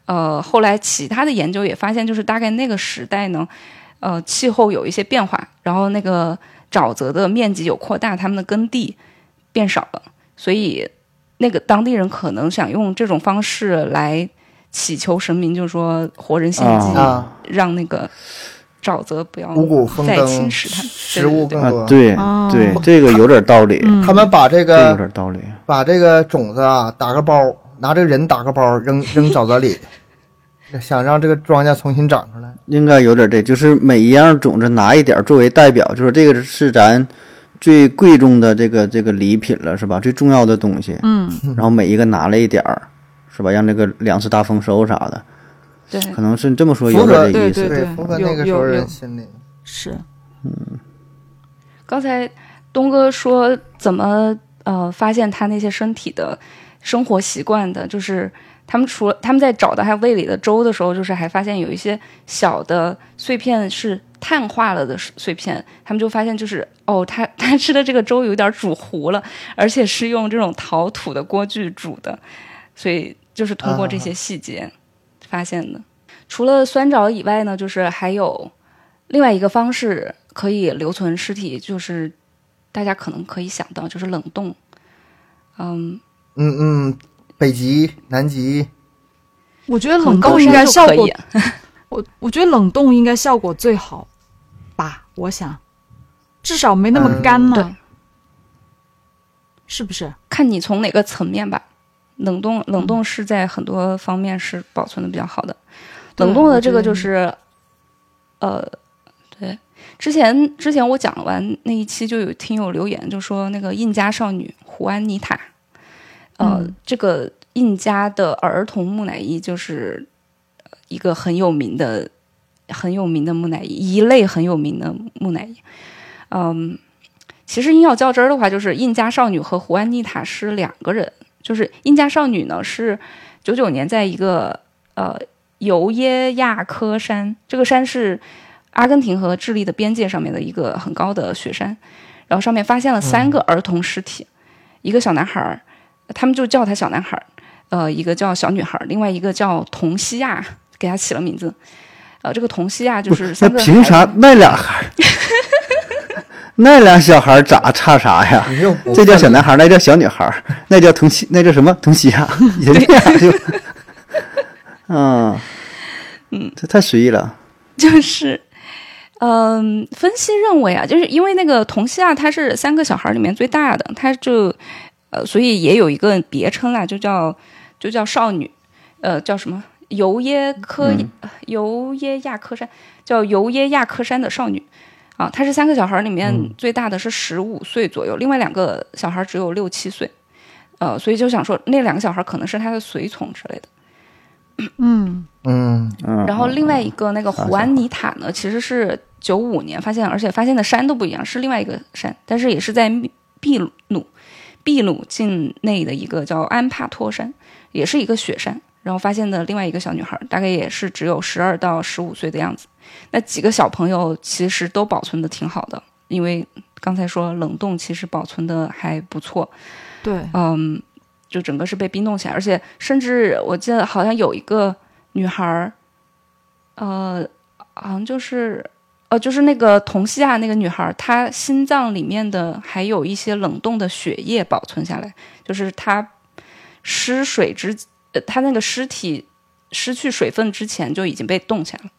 S4: 呃，后来其他的研究也发现，就是大概那个时代呢，呃气候有一些变化，然后那个沼泽的面积有扩大，他们的耕地变少了，所以那个当地人可能想用这种方式来祈求神明，就是说活人献祭，
S2: 啊
S4: 让那个沼泽不要
S2: 五谷丰
S4: 再
S2: 登，
S4: 侵蚀它。
S2: 食物
S4: 对
S2: 更
S1: 啊
S2: 多。，
S1: 对
S3: 哦
S1: 对，这个有点道理，
S3: 嗯
S2: 他们把这
S1: 这个有
S2: 个
S1: 点道理，
S2: 把这个种子啊打个包，拿这个人打个包扔扔沼泽 里，想让这个庄稼重新长出来。
S1: 应该有点这，就是每一样种子拿一点儿作为代表，就是这个是咱最贵重的这个这个礼品了，是吧？最重要的东西，
S3: 嗯，
S1: 然后每一个拿了一点儿，是吧？让这个粮食大丰收啥的，
S4: 对，
S1: 可能是这么说
S2: 符
S1: 有
S2: 合
S1: 点这意思。
S3: 对对
S2: 符合那个时候
S3: 有有
S2: 人
S3: 有
S2: 心里。
S3: 是
S4: 刚才东哥说怎么呃发现他那些身体的生活习惯的，就是他们除了他们在找到他胃里的粥的时候，就是还发现有一些小的碎片是碳化了的碎片，他们就发现就是哦，他 他吃的这个粥有点煮糊了，而且是用这种陶土的锅具煮的，所以就是通过这些细节发现的。除了酸枣以外呢，就是还有另外一个方式可以留存尸体，就是大家可能可以想到，就是冷冻。嗯，
S2: 嗯嗯，北极、南极，
S3: 我觉得
S4: 可能
S3: 冷
S4: 高
S3: 冻应
S4: 山
S3: 该
S4: 就
S3: 效
S4: 可
S3: 果
S4: 以，
S3: 我我觉得冷冻应该效果最好吧，我想，至少没那
S2: 嗯
S3: 么干嘛，
S4: 对
S3: 是不是？
S4: 看你从哪个层面吧。冷冻冷冻是在很多方面是保存的比较好的。
S3: 对
S4: 冷冻的
S3: 我
S4: 这
S3: 觉
S4: 个
S3: 得
S4: 就是，呃，对，之前之前我讲完那一期就有听友留言就说那个印加少女胡安妮塔，呃，
S3: 嗯
S4: 这个印加的儿童木乃伊就是呃一个很有名的很有名的木乃伊，一类很有名的木乃伊，嗯。其实硬要较真儿的话，就是印加少女和胡安妮塔是两个人。就是印加少女呢，是九九年在一个呃尤耶亚科山，这个山是阿根廷和智利的边界上面的一个很高的雪山，然后上面发现了三个
S1: 嗯
S4: 儿童尸体，一个小男孩儿，他们就叫他小男孩儿，呃，一个叫小女孩儿，另外一个叫童西亚，给他起了名字。呃，这个童西亚就是
S1: 那
S4: 三个
S1: 凭
S4: 孩
S1: 啥
S4: 子
S1: 那俩孩儿， 那俩小孩儿咋差啥呀？
S2: 你又不
S1: 这叫
S2: 会
S1: 小男孩儿，那叫小女孩儿，那叫童西，那叫什么童西亚，也这样就，嗯，嗯，这太随意了，
S4: 就是，嗯，分析认为啊，就是因为那个童西亚他是三个小孩里面最大的，他就呃，所以也有一个别称啊，就叫就叫少女，呃，叫什么？尤耶科、尤耶亚科山叫尤耶亚科山的少女啊，她是三个小孩里面最大的是十五岁左右，另外两个小孩只有六七岁，呃，所以就想说那两个小孩可能是她的随从之类的。
S3: 嗯，
S2: 嗯
S1: 嗯，
S4: 然后另外一个那个胡安妮塔呢，其实是九五年发现，而且发现的山都不一样，是另外一个山，但是也是在秘秘鲁，秘鲁境内的一个叫安帕托山，也是一个雪山。然后发现的另外一个小女孩，大概也是只有十二到十五岁的样子。那几个小朋友其实都保存的挺好的，因为刚才说冷冻其实保存的还不错。
S3: 对，
S4: 嗯，就整个是被冰冻起来，而且甚至我记得好像有一个女孩儿，呃，好像就是呃，就是那个同西亚那个女孩儿，她心脏里面的还有一些冷冻的血液保存下来，就是她失水之，呃她那个尸体失去水分之前就已经被冻起来了。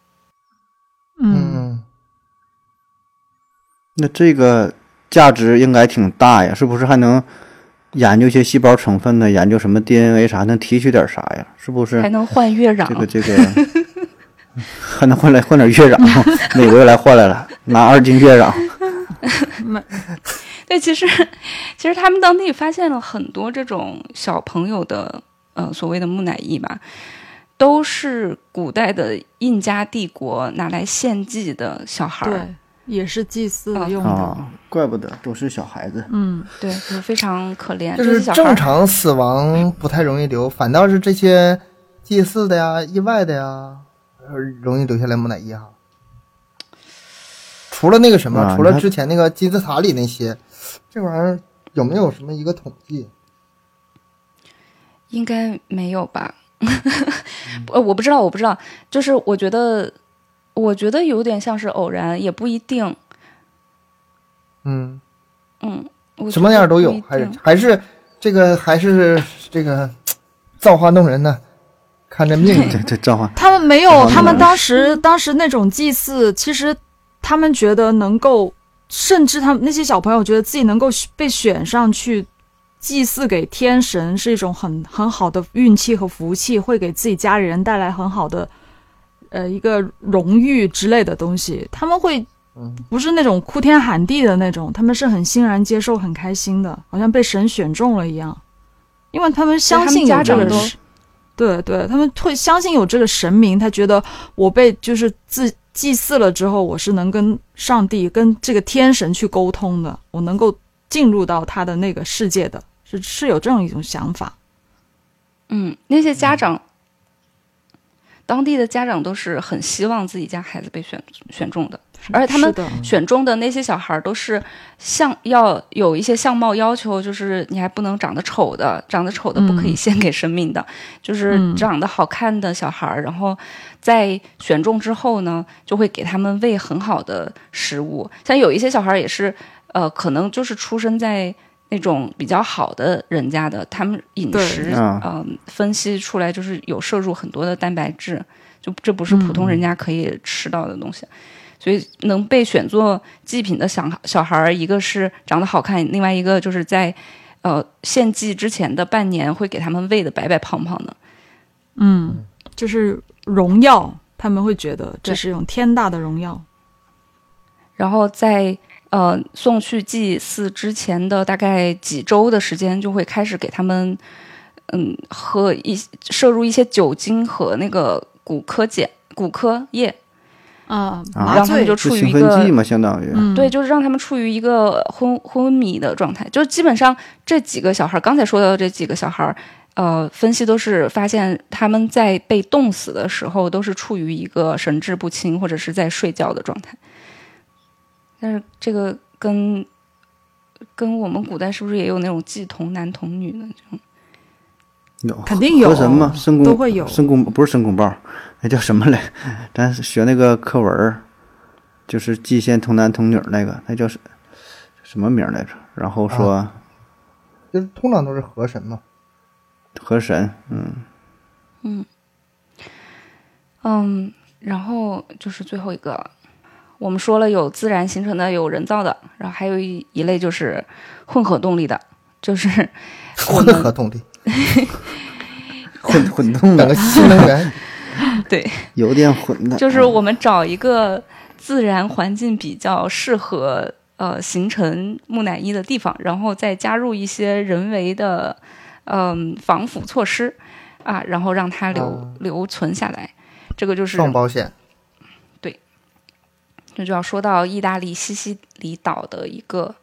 S3: 嗯，
S2: 嗯，
S1: 那这个价值应该挺大呀，是不是还能研究一些细胞成分呢？研究什么 DNA 啥，能提取点啥呀？是不是
S4: 还？能换月壤，
S1: 这个这个还能换来换点月壤，美国又来换来了，拿二斤月壤。
S4: 对，其实其实他们当地发现了很多这种小朋友的呃所谓的木乃伊吧，都是古代的印加帝国拿来献祭的小孩儿，
S3: 对，也是祭祀
S4: 啊
S3: 用的。
S1: 啊，怪不得都是小孩子。
S3: 嗯，
S4: 对，就是非常可怜，
S2: 就
S4: 这
S2: 是
S4: 哎些小孩
S2: 正
S4: 儿
S2: 常死亡不太容易留，反倒是这些祭祀的呀、意外的呀，呃容易留下来木乃伊哈。除了那个什么，
S1: 啊
S2: 除了
S1: 那
S2: 之前那个金字塔里那些，这玩意儿有没有什么一个统计？
S4: 应该没有吧？
S2: 嗯
S4: 呃，我不知道，我不知道，就是我觉得，我觉得有点像是偶然，也不一定，
S2: 嗯，
S4: 嗯，我
S2: 什
S4: 觉
S2: 么
S4: 得
S2: 样都
S4: 不
S2: 有
S4: 一，
S2: 还是
S4: 定
S2: 还是这个还是这个造化弄人呢，看这命
S1: 对
S2: 运。
S1: 对，这话
S3: 他们没有，
S1: 嗯
S3: 他们当时当时那种祭祀，其实他们觉得能够，甚至他们那些小朋友觉得自己能够被选上去祭祀给天神，是一种很很好的运气和福气，会给自己家里人带来很好的呃一个荣誉之类的东西。他们会
S2: 嗯
S3: 不是那种哭天喊地的那种，他们是很欣然接受、很开心的，好像被神选中了一样，因为他们相信
S4: 对他
S3: 有这
S4: 们家长
S3: 个
S4: 都
S3: 神。对对，他们会相信有这个神明，他觉得我被就是自祭祀了之后，我是能跟上帝、跟这个天神去沟通的，我能够进入到他的那个世界的，是是有这样一种想法。
S4: 嗯，那些家长，当地的家长都是很希望自己家孩子被选选中的，而且他们
S3: 是的
S4: 选中的那些小孩儿都是相要有一些相貌要求，就是你还不能长得丑的，长得丑的不可以
S3: 嗯
S4: 献给神明的，就是
S3: 嗯
S4: 长得好看的小孩儿，然后在选中之后呢，就会给他们喂很好的食物，像有一些小孩儿也是，呃，可能就是出生在。那种比较好的人家的，他们饮
S3: 对
S4: 食
S1: 啊
S4: 呃分析出来就是有摄入很多的蛋白质，就这不是普通人家可以吃到的东西。所以能被选作祭品的小小孩儿，一个是长得好看，另外一个就是在呃献祭之前的半年会给他们喂的白白胖胖的。
S3: 嗯，就是荣耀，他们会觉得这
S4: 对
S3: 是一种天大的荣耀。
S4: 然后在呃送去祭祀之前的大概几周的时间，就会开始给他们嗯喝一摄入一些酒精和那个骨科碱、骨科液，
S3: 啊，
S1: 啊
S3: 麻
S4: 然后他们
S3: 醉
S4: 就处
S1: 是
S4: 于一
S1: 兴
S4: 个
S1: 奋剂嘛，相当于。
S3: 嗯，
S4: 对，就是让他们处于一个昏昏迷的状态。就是基本上这几个小孩儿，刚才说到的这几个小孩儿，呃，分析都是发现他们在被冻死的时候，都是处于一个神志不清或者是在睡觉的状态。但是这个跟跟我们古代是不是也有那种祭童男童女的这种？
S1: 有
S3: 肯定有
S1: 河神嘛，申公
S3: 都会有
S1: 申公不是申公豹，那叫什么来？ 咱学那个课文儿，就是蓟县童男童女儿那个，那叫什什么名儿来着？然后说、
S2: 就是通常都是河神嘛。
S1: 河神，嗯，
S4: 嗯，然后就是最后一个了，我们说了有自然形成的，有人造的，然后还有一一类就是混合动力的，就是我
S2: 混
S4: 们
S2: 合动力，
S1: 混混动
S2: 整
S1: 的
S2: 个，新能 源，
S1: 有点混的，
S4: 就是我们找一个自然环境比较适合呃形成木乃伊的地方，然后再加入一些人为的嗯、防腐措施啊，然后让它留、
S2: 哦
S4: 留存下来。这个就是
S2: 双保险。
S4: 这就要说到意大利西西里岛的一个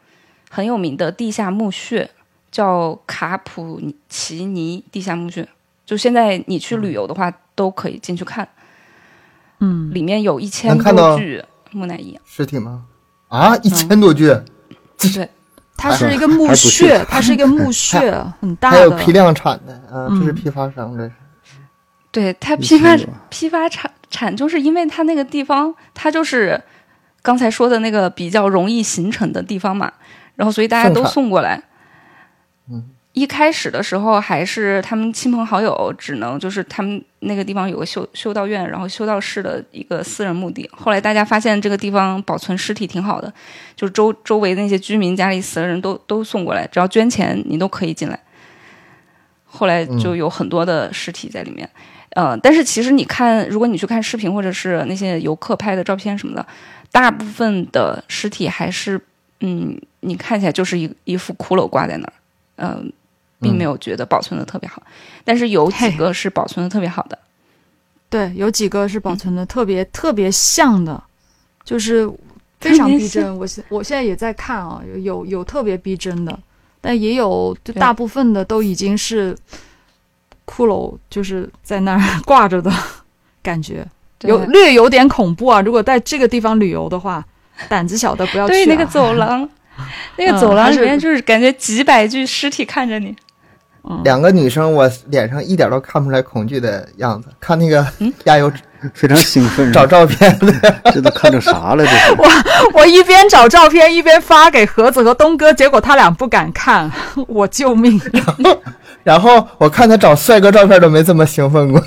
S4: 很有名的地下墓穴，叫卡普奇尼地下墓穴。就现在你去
S2: 嗯
S4: 旅游的话，都可以进去看，
S3: 嗯，
S4: 里面有一千
S2: 能看到
S4: 多具木乃伊。
S2: 尸体吗？
S4: 嗯
S2: 啊，一千多具，
S4: 对，
S3: 它
S2: 啊
S3: 是一个墓
S1: 还不
S3: 穴
S1: 是，
S3: 它是一个墓穴，很大
S2: 还有
S3: 的。
S2: 批量产的啊，
S3: 嗯
S2: 这是批发商，这是
S4: 对，它批
S1: 一
S4: 发
S1: 千多
S4: 批发产产，就是因为它那个地方，它就是刚才说的那个比较容易形成的地方嘛，然后所以大家
S2: 盛
S4: 都
S2: 产
S4: 送过来。
S2: 嗯，
S4: 一开始的时候还是他们亲朋好友，只能就是他们那个地方有个修修道院，然后修道士的一个私人墓地。后来大家发现这个地方保存尸体挺好的，就是周周围那些居民家里死了人都都送过来，只要捐钱你都可以进来。后来就有很多的尸体在里面。呃，但是其实你看，如果你去看视频或者是那些游客拍的照片什么的，大部分的尸体还是，嗯，你看起来就是一一副骷髅挂在那儿，嗯、并没有觉得保存的特别好。但是有几
S3: 嘿
S4: 个是保存的特别好的，
S3: 对，有几个是保存的特别、特别像的，就是非常
S4: 特别
S3: 逼真。我现我现在也在看啊，有有有特别逼真的，但也有就
S4: 对
S3: 大部分的都已经是骷髅，就是在那儿 挂着的感觉，
S4: 对
S3: 有略有点恐怖啊。如果在这个地方旅游的话， 胆子小的不要去、啊。
S4: 对那个走 廊，那个
S3: 嗯
S4: 走
S3: 还
S4: 廊里
S3: 是
S4: 面就是感觉几百具尸体看着你，
S3: 嗯，
S2: 两个女生，我脸上一点都看不出来恐惧的样子。看那个
S3: 嗯
S2: 亚优
S1: 非常兴 奋，
S2: 找照片 的，
S1: 这都看着啥了？这 是
S3: 我一边找照片一边发给盒子和东哥，结果他俩不敢看， 我救 命！
S2: 然后我看他找帅哥照片都没这么兴奋过。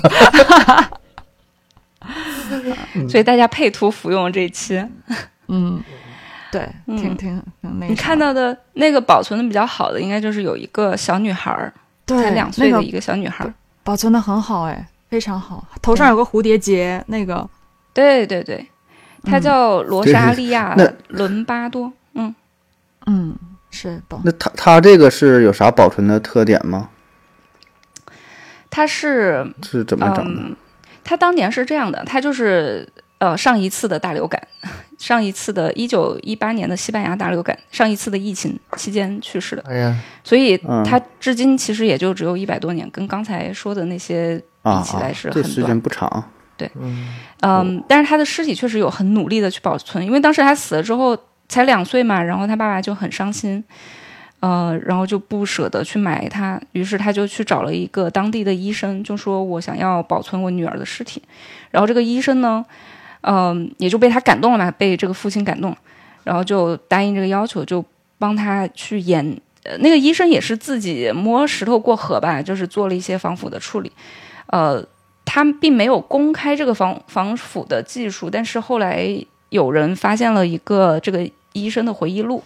S4: 所以大家配图服用这一期。
S3: 嗯，对，挺
S4: 嗯
S3: 挺挺那个。
S4: 你看到的那个保存的比较好的，应该就是有一个小女孩儿，才
S3: 对
S4: 两岁
S3: 那
S4: 的
S3: 个
S4: 一个小女孩儿。
S3: 保存的很好，哎，非常好，头上有个蝴蝶结，那个
S4: 对对对，她
S3: 嗯
S4: 叫罗
S1: 对
S4: 莎莉亚
S1: 那
S4: ·伦巴多。嗯，
S3: 嗯是保
S1: 那他他这个是有啥保存的特点吗？
S4: 她是
S1: 是怎么整的？
S4: 嗯，她当年是这样的，她就是呃上一次的大流感， 上一次的一九一八年的西班牙大流感，上一次的疫情期间去世的，
S2: 哎呀，
S4: 所以
S1: 嗯
S4: 她至今其实也就只有一百多年，跟刚才说的那些
S1: 啊
S4: 比起
S1: 啊
S4: 来是，
S1: 这
S4: 很
S1: 时
S4: 短
S1: 间不 长，
S2: 嗯，
S4: 嗯，但是他的尸体确实有很努力的去保存，因为当时他死了之后才两岁嘛，然后他爸爸就很伤心，呃，然后就不舍得去埋他，于是他就去找了一个当地的医生，就说我想要保存我女儿的尸体，然后这个医生呢，嗯、也就被他感动了嘛，被这个父亲感动，然后就答应这个要求，就帮他去研。呃那个医生也是自己摸石头过河吧，就是做了一些防腐的处理，呃，他们并没有公开这个防防腐的技术，但是后来有人发现了一个这个医生的回忆录，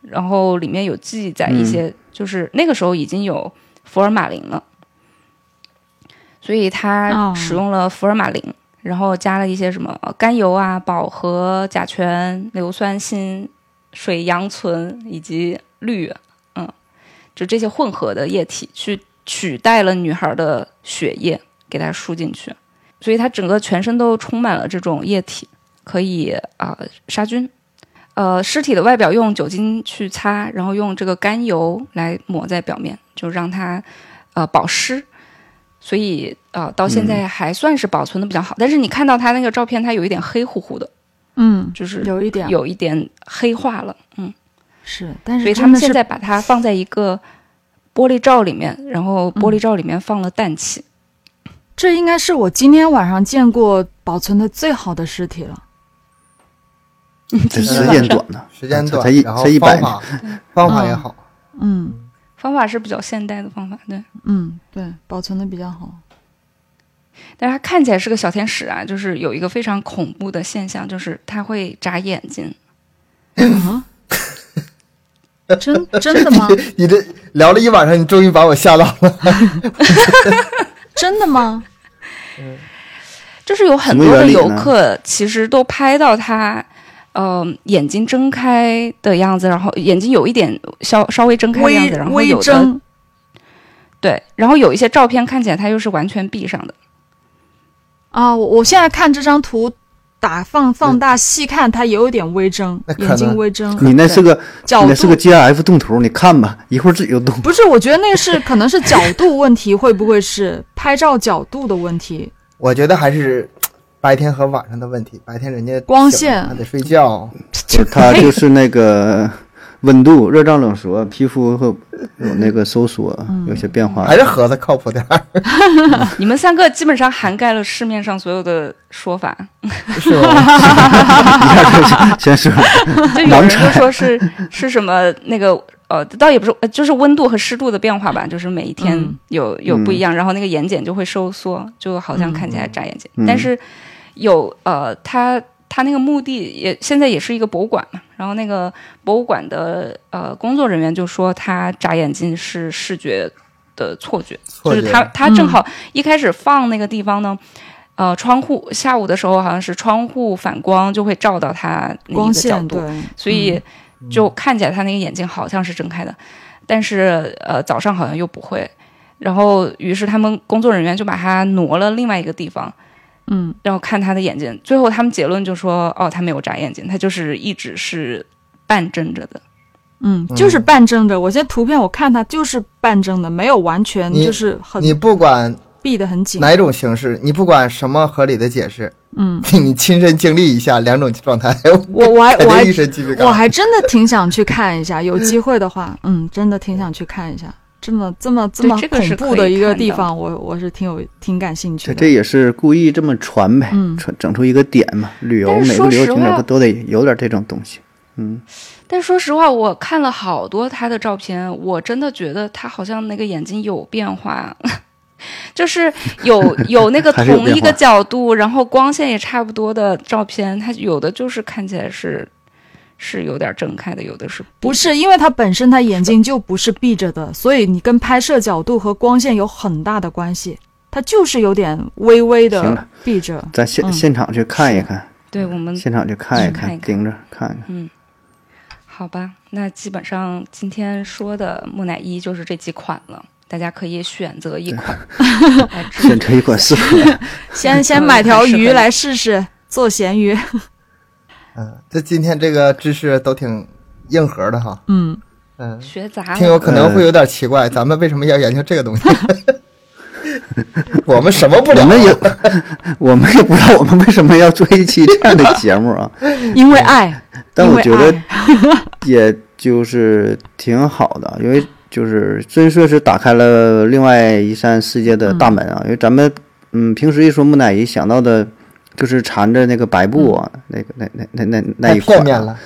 S4: 然后里面有记载一些，就是那个时候已经有福尔马林了，所以他
S3: 哦
S4: 使用了福尔马林，然后加了一些什么呃甘油啊、饱和、甲醛、硫酸锌、水杨醇以及氯，嗯，就这些混合的液体去取代了女孩的血液，给它输进去，所以她整个全身都充满了这种液体，可以啊、呃杀菌。呃，尸体的外表用酒精去擦，然后用这个甘油来抹在表面，就让它呃保湿。所以呃，到现在还算是保存的比较好。但是你看到它那个照片，它有一点黑乎乎的，
S3: 嗯
S4: 就是
S3: 有一点
S4: 有一点黑化了。嗯，
S3: 是，但
S4: 所以
S3: 是
S4: 他
S3: 真
S4: 们
S3: 的
S4: 现
S3: 是
S4: 在把它放在一个玻璃罩里面，然后玻
S3: 嗯
S4: 璃罩里面放了氮气。
S3: 这应该是我今天晚上见过保存的最好的尸体了。
S1: 这时间短呢，
S2: 时间短
S1: 才一，
S2: 然后
S1: 才一百
S2: 方
S1: 呢
S2: 法 方法也
S3: 嗯
S2: 好，
S3: 嗯
S4: 方法是比较现代的方法，对。
S3: 嗯，对，保存的比较好。
S4: 但是它看起来是个小天使啊，就是有一个非常恐怖的现象，就是它会眨眼睛。
S3: 啊，真 真的吗？
S2: 你这聊了一晚上，你终于把我吓到了。
S3: 真的吗？
S4: 就是有很多的
S1: 什么原
S4: 游
S1: 理呢
S4: 客其实都拍到他，呃，眼睛睁开的样子，然后眼睛有一点稍稍微睁开的样
S3: 微
S4: 子，然后
S3: 微
S4: 有的
S3: 针
S4: 对，然后有一些照片看起来他又是完全闭上的。
S3: 啊！我我现在看这张图，打放放大细看，它也有点微睁
S2: 那，可能
S3: 眼睛微睁。
S1: 你那是个你
S3: 角度
S1: 那是个 GIF 动图，你看吧，一会儿自己就动。
S3: 不是，我觉得那个是可能是角度问题，会不会是拍照角度的问题？
S2: 我觉得还是白天和晚上的问题。白天人家
S3: 光
S2: 醒了
S3: 线
S2: 还得睡觉，
S1: 不是它
S4: 哎
S1: 就是那个温度、热胀冷缩，皮肤会
S4: 嗯
S1: 有那个收缩，有些变 化哎
S2: 还。是盒子靠谱点儿，
S4: 你们三个基本上涵盖了市面上所有的说法，
S2: 是吧？
S1: 先说，
S4: 就有人就说是是什么那个呃，倒也不是，呃就是温度和湿度的变化吧，就是每一天
S3: 嗯
S4: 有、有不一样，然后那个眼睑就会收缩，就好像看起来眨眼睛。
S1: 嗯
S4: 但是有呃，它它那个墓地也现在也是一个博物馆嘛，然后那个博物馆的呃工作人员就说，他眨眼睛是视觉的错觉，
S2: 错
S4: 就
S2: 觉
S4: 是他他正好一开始放那个地方呢。呃，窗户下午的时候好像是窗户反光就会照到他那一
S3: 光
S4: 个角
S3: 线
S4: 度
S3: 对，，嗯
S4: 所以就看起来他那个眼睛好像是睁开的，但是呃早上好像又不会。然后于是他们工作人员就把他挪了另外一个地方，
S3: 嗯，
S4: 然后看他的眼睛。最后他们结论就说，哦，他没有眨眼睛，他就是一直是半睁着的。
S3: 嗯，就是半睁着。我现在图片我看它就是半睁的，没有完全
S2: 你
S3: 就是很
S2: 你不管
S3: 闭得很紧。
S2: 哪种形式，你不管什么合理的解释，
S3: 嗯，
S2: 你亲身经历一下两种状态，
S3: 我我还
S2: 肯
S3: 我还
S2: 定一身鸡皮疙瘩。
S3: 我还真的挺想去看一 下，有机会的话，嗯，真的挺想去看一下。这么这么这么
S4: 这个
S3: 恐
S4: 是
S3: 怖
S4: 可
S3: 的
S4: 以
S3: 一个
S4: 看
S3: 地
S4: 的
S3: 方，我我是挺有挺感兴趣
S1: 这
S3: 的。
S1: 这也是故意这么传呗，
S3: 嗯
S1: 传整出一个点嘛。旅游
S4: 但是
S1: 每个
S4: 说
S1: 旅游
S4: 实
S1: 景点
S4: 话
S1: 不都得有点这种东西？嗯，
S4: 但说实话，我看了好多他的照片，我真的觉得他好像那个眼睛有变化， 就是有有那个
S1: 还是有
S4: 同一
S1: 变化
S4: 个角度，然后光线也差不多的照片，他有的就是看起来是是有点睁开的，有的是
S3: 不是，因为它本身它眼睛就不是闭着的，所以你跟拍摄角度和光线有很大的关系。它就是有点微微
S1: 行
S3: 的
S1: 了
S3: 闭着，
S1: 咱现
S3: 嗯
S1: 现场去看一看，
S4: 对我们
S1: 现场去看一
S4: 嗯看嗯一看
S1: 盯着看一看。
S4: 好吧，那基本上今天说的木乃伊就是这几款了，大家可以选择 一款来制作
S1: 选择一款适合的，
S3: 先先买条鱼来试试做咸鱼。
S2: 嗯，这今天这个知识都挺硬核的哈，
S3: 嗯，
S2: 嗯，
S4: 学杂
S2: 听
S4: 了。
S2: 友可能会有点奇
S1: 嗯
S2: 怪，咱们为什么要研究这个东西？ 我们什么不
S1: 我
S2: 了？哎
S1: 们也 我们也不知道我们为什么要做一期这样的节目啊。
S3: 因为爱，
S1: 但
S3: 因
S1: 我
S3: 为
S1: 觉得
S3: 爱
S1: 也就是挺好的，因为就是真说是打开了另外一扇世界的大门啊。因为咱们嗯，平时一说木乃伊，想到的就是缠着那个白布啊，那个那那那那那
S2: 太
S1: 一块
S2: 片
S1: 啊
S2: 面了，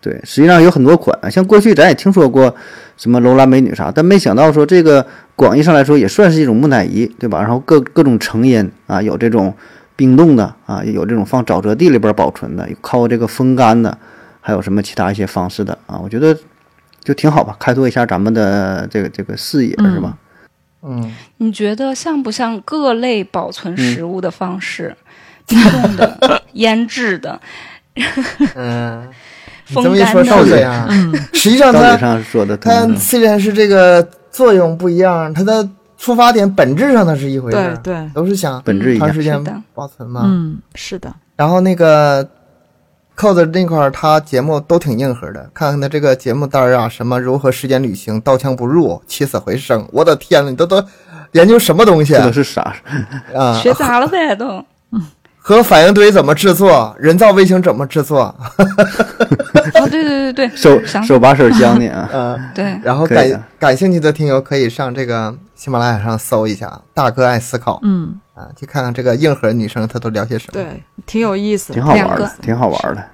S1: 对，实际上有很多款，啊像过去咱也听说过什么楼兰美女啥，但没想到说这个广义上来说也算是一种木乃伊，对吧？然后各各种成因啊，有这种冰冻的啊，有这种放沼泽地里边保存的，有靠这个风干的，还有什么其他一些方式的啊？我觉得就挺好吧，开拓一下咱们的这个这个视野是吧？
S2: 嗯，
S4: 你觉得像不像各类保
S1: 嗯
S4: 存食物的方式？冰冻的、腌 制的、
S2: 嗯，你
S4: 风
S2: 这么一
S4: 干
S2: 说
S4: 的，
S2: 是这样。实际上
S1: 嗯道理
S2: 它
S1: 上说的通
S2: 它
S1: 的
S2: 虽然是这个作用不一样，它的出发点本质上它是一回事
S3: 对
S2: 儿，
S1: 嗯
S3: 对，
S2: 都是想
S1: 本质一
S2: 长
S1: 样，
S2: 时
S4: 是的
S2: 间保存嘛。
S3: 嗯，是的，
S2: 然后那个扣子那块儿，他节目都挺硬核的，看看他这个节目单儿啊，什么如何时间旅行、刀枪不入、起死回生，我的天呐，你都都研究什么东西
S1: 这都
S2: 啊？
S1: 是啥？
S2: 啊
S4: 学杂了呗 都。哦
S2: 核反应堆怎么制作？人造卫星怎么制作？
S4: 哦，对对对对，
S1: 手
S4: 想
S1: 手把手教你啊，
S2: 啊，
S4: 对，
S2: 然后
S1: 可以的
S2: 感感兴趣的听友可以上这个喜马拉雅上搜一下“大哥爱思考
S3: 嗯，”
S2: 啊，去看看这个硬核女生她都聊些什么。
S1: 嗯
S3: 对，挺有意思
S1: 挺
S3: 的。
S1: 好玩
S4: 两
S1: 的
S4: 个，
S1: 挺好玩的。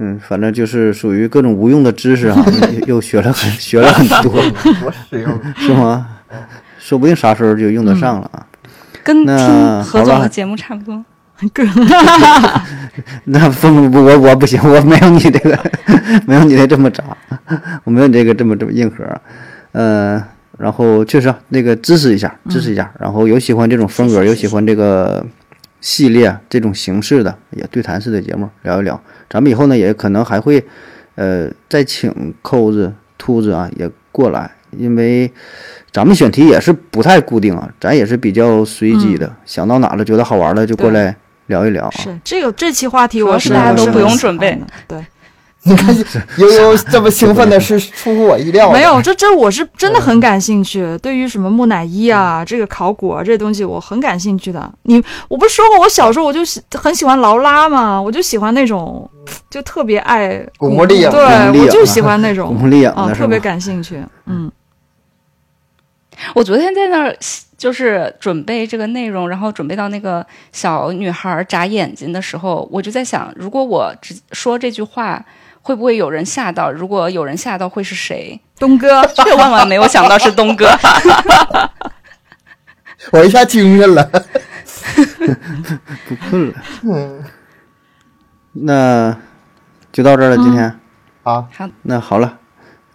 S1: 嗯，反正就是属于各种无用的知识啊，又又学了很学了很 多，
S2: 多实用！
S1: 是吗？说不定啥时候就用得上了啊。
S4: 跟
S1: 那
S4: 听
S1: 好
S4: 何总
S1: 吧
S4: 的节目差不多。
S3: 个
S1: 那不不不，我我不行，我没有你这个，没有你这这么渣，我没有你这个这么这么硬核啊。呃，然后确实啊那个支持一下，支持一下。然后有喜欢这种风格，有喜欢这个系列啊这种形式的，也对谈式的节目聊一聊。咱们以后呢，也可能还会，呃，再请扣子、秃子啊也过来，因为咱们选题也是不太固定啊，咱也是比较随机的，想到哪了觉得好玩了就过来聊一聊啊。
S3: 是这个这期话题，我
S4: 主
S3: 是
S1: 要是大家都不
S3: 很
S1: 用
S3: 喜
S4: 准
S3: 欢
S4: 备
S3: 的，对，
S2: 你看悠悠这么兴奋的是出乎我意料的，
S3: 没有这这我是真的很感兴趣，对于什么木乃伊
S1: 嗯
S3: 啊，这个考古啊这东西我很感兴趣的。你我不是说过我小时候我就喜很喜欢劳拉嘛，我就喜欢那种就特别爱
S2: 古墓丽影
S3: 对
S1: 古墓丽影啊
S3: 我就喜欢那
S1: 古
S3: 种
S1: 墓丽影
S3: 啊，
S1: 的是
S3: 特
S1: 吗
S3: 别？感兴趣，嗯。
S4: 我昨天在那儿就是准备这个内容，然后准备到那个小女孩眨眼睛的时候，我就在想，如果我只说这句话，会不会有人吓到？如果有人吓到，会是谁？
S3: 东哥，
S4: 却万万没有想到是 东哥。
S2: 我一下精神了。
S1: 不困了，
S2: 嗯
S1: 那就到这儿了，今
S3: 嗯
S1: 天。
S2: 啊，
S1: 那好了，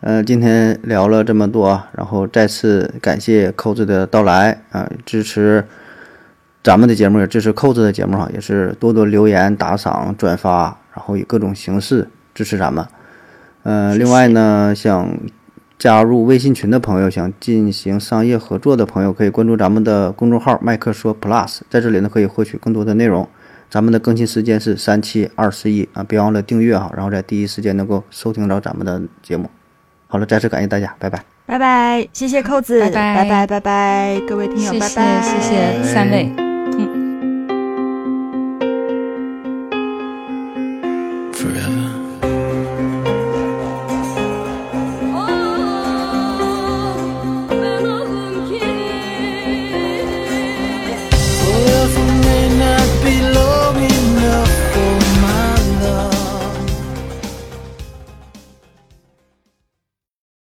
S1: 呃，今天聊了这么多啊，然后再次感谢扣子的到来啊、支持咱们的节目，也支持扣子的节目哈，也是多多留言、打赏、转发，然后以各种形式支持咱们。呃，另外呢，想加入微信群的朋友，想进行商业合作的朋友，可以关注咱们的公众号“麦克说 Plus”，在这里呢可以获取更多的内容。咱们的更新时间是三七二十一啊，别忘了订阅哈，然后在第一时间能够收听着咱们的节目。好了，再次感谢大家，拜拜。
S3: 拜拜，谢谢扣子，
S4: 拜拜
S3: 拜拜，拜拜各位听友，
S4: 谢谢
S3: 拜拜，
S4: 谢谢三位。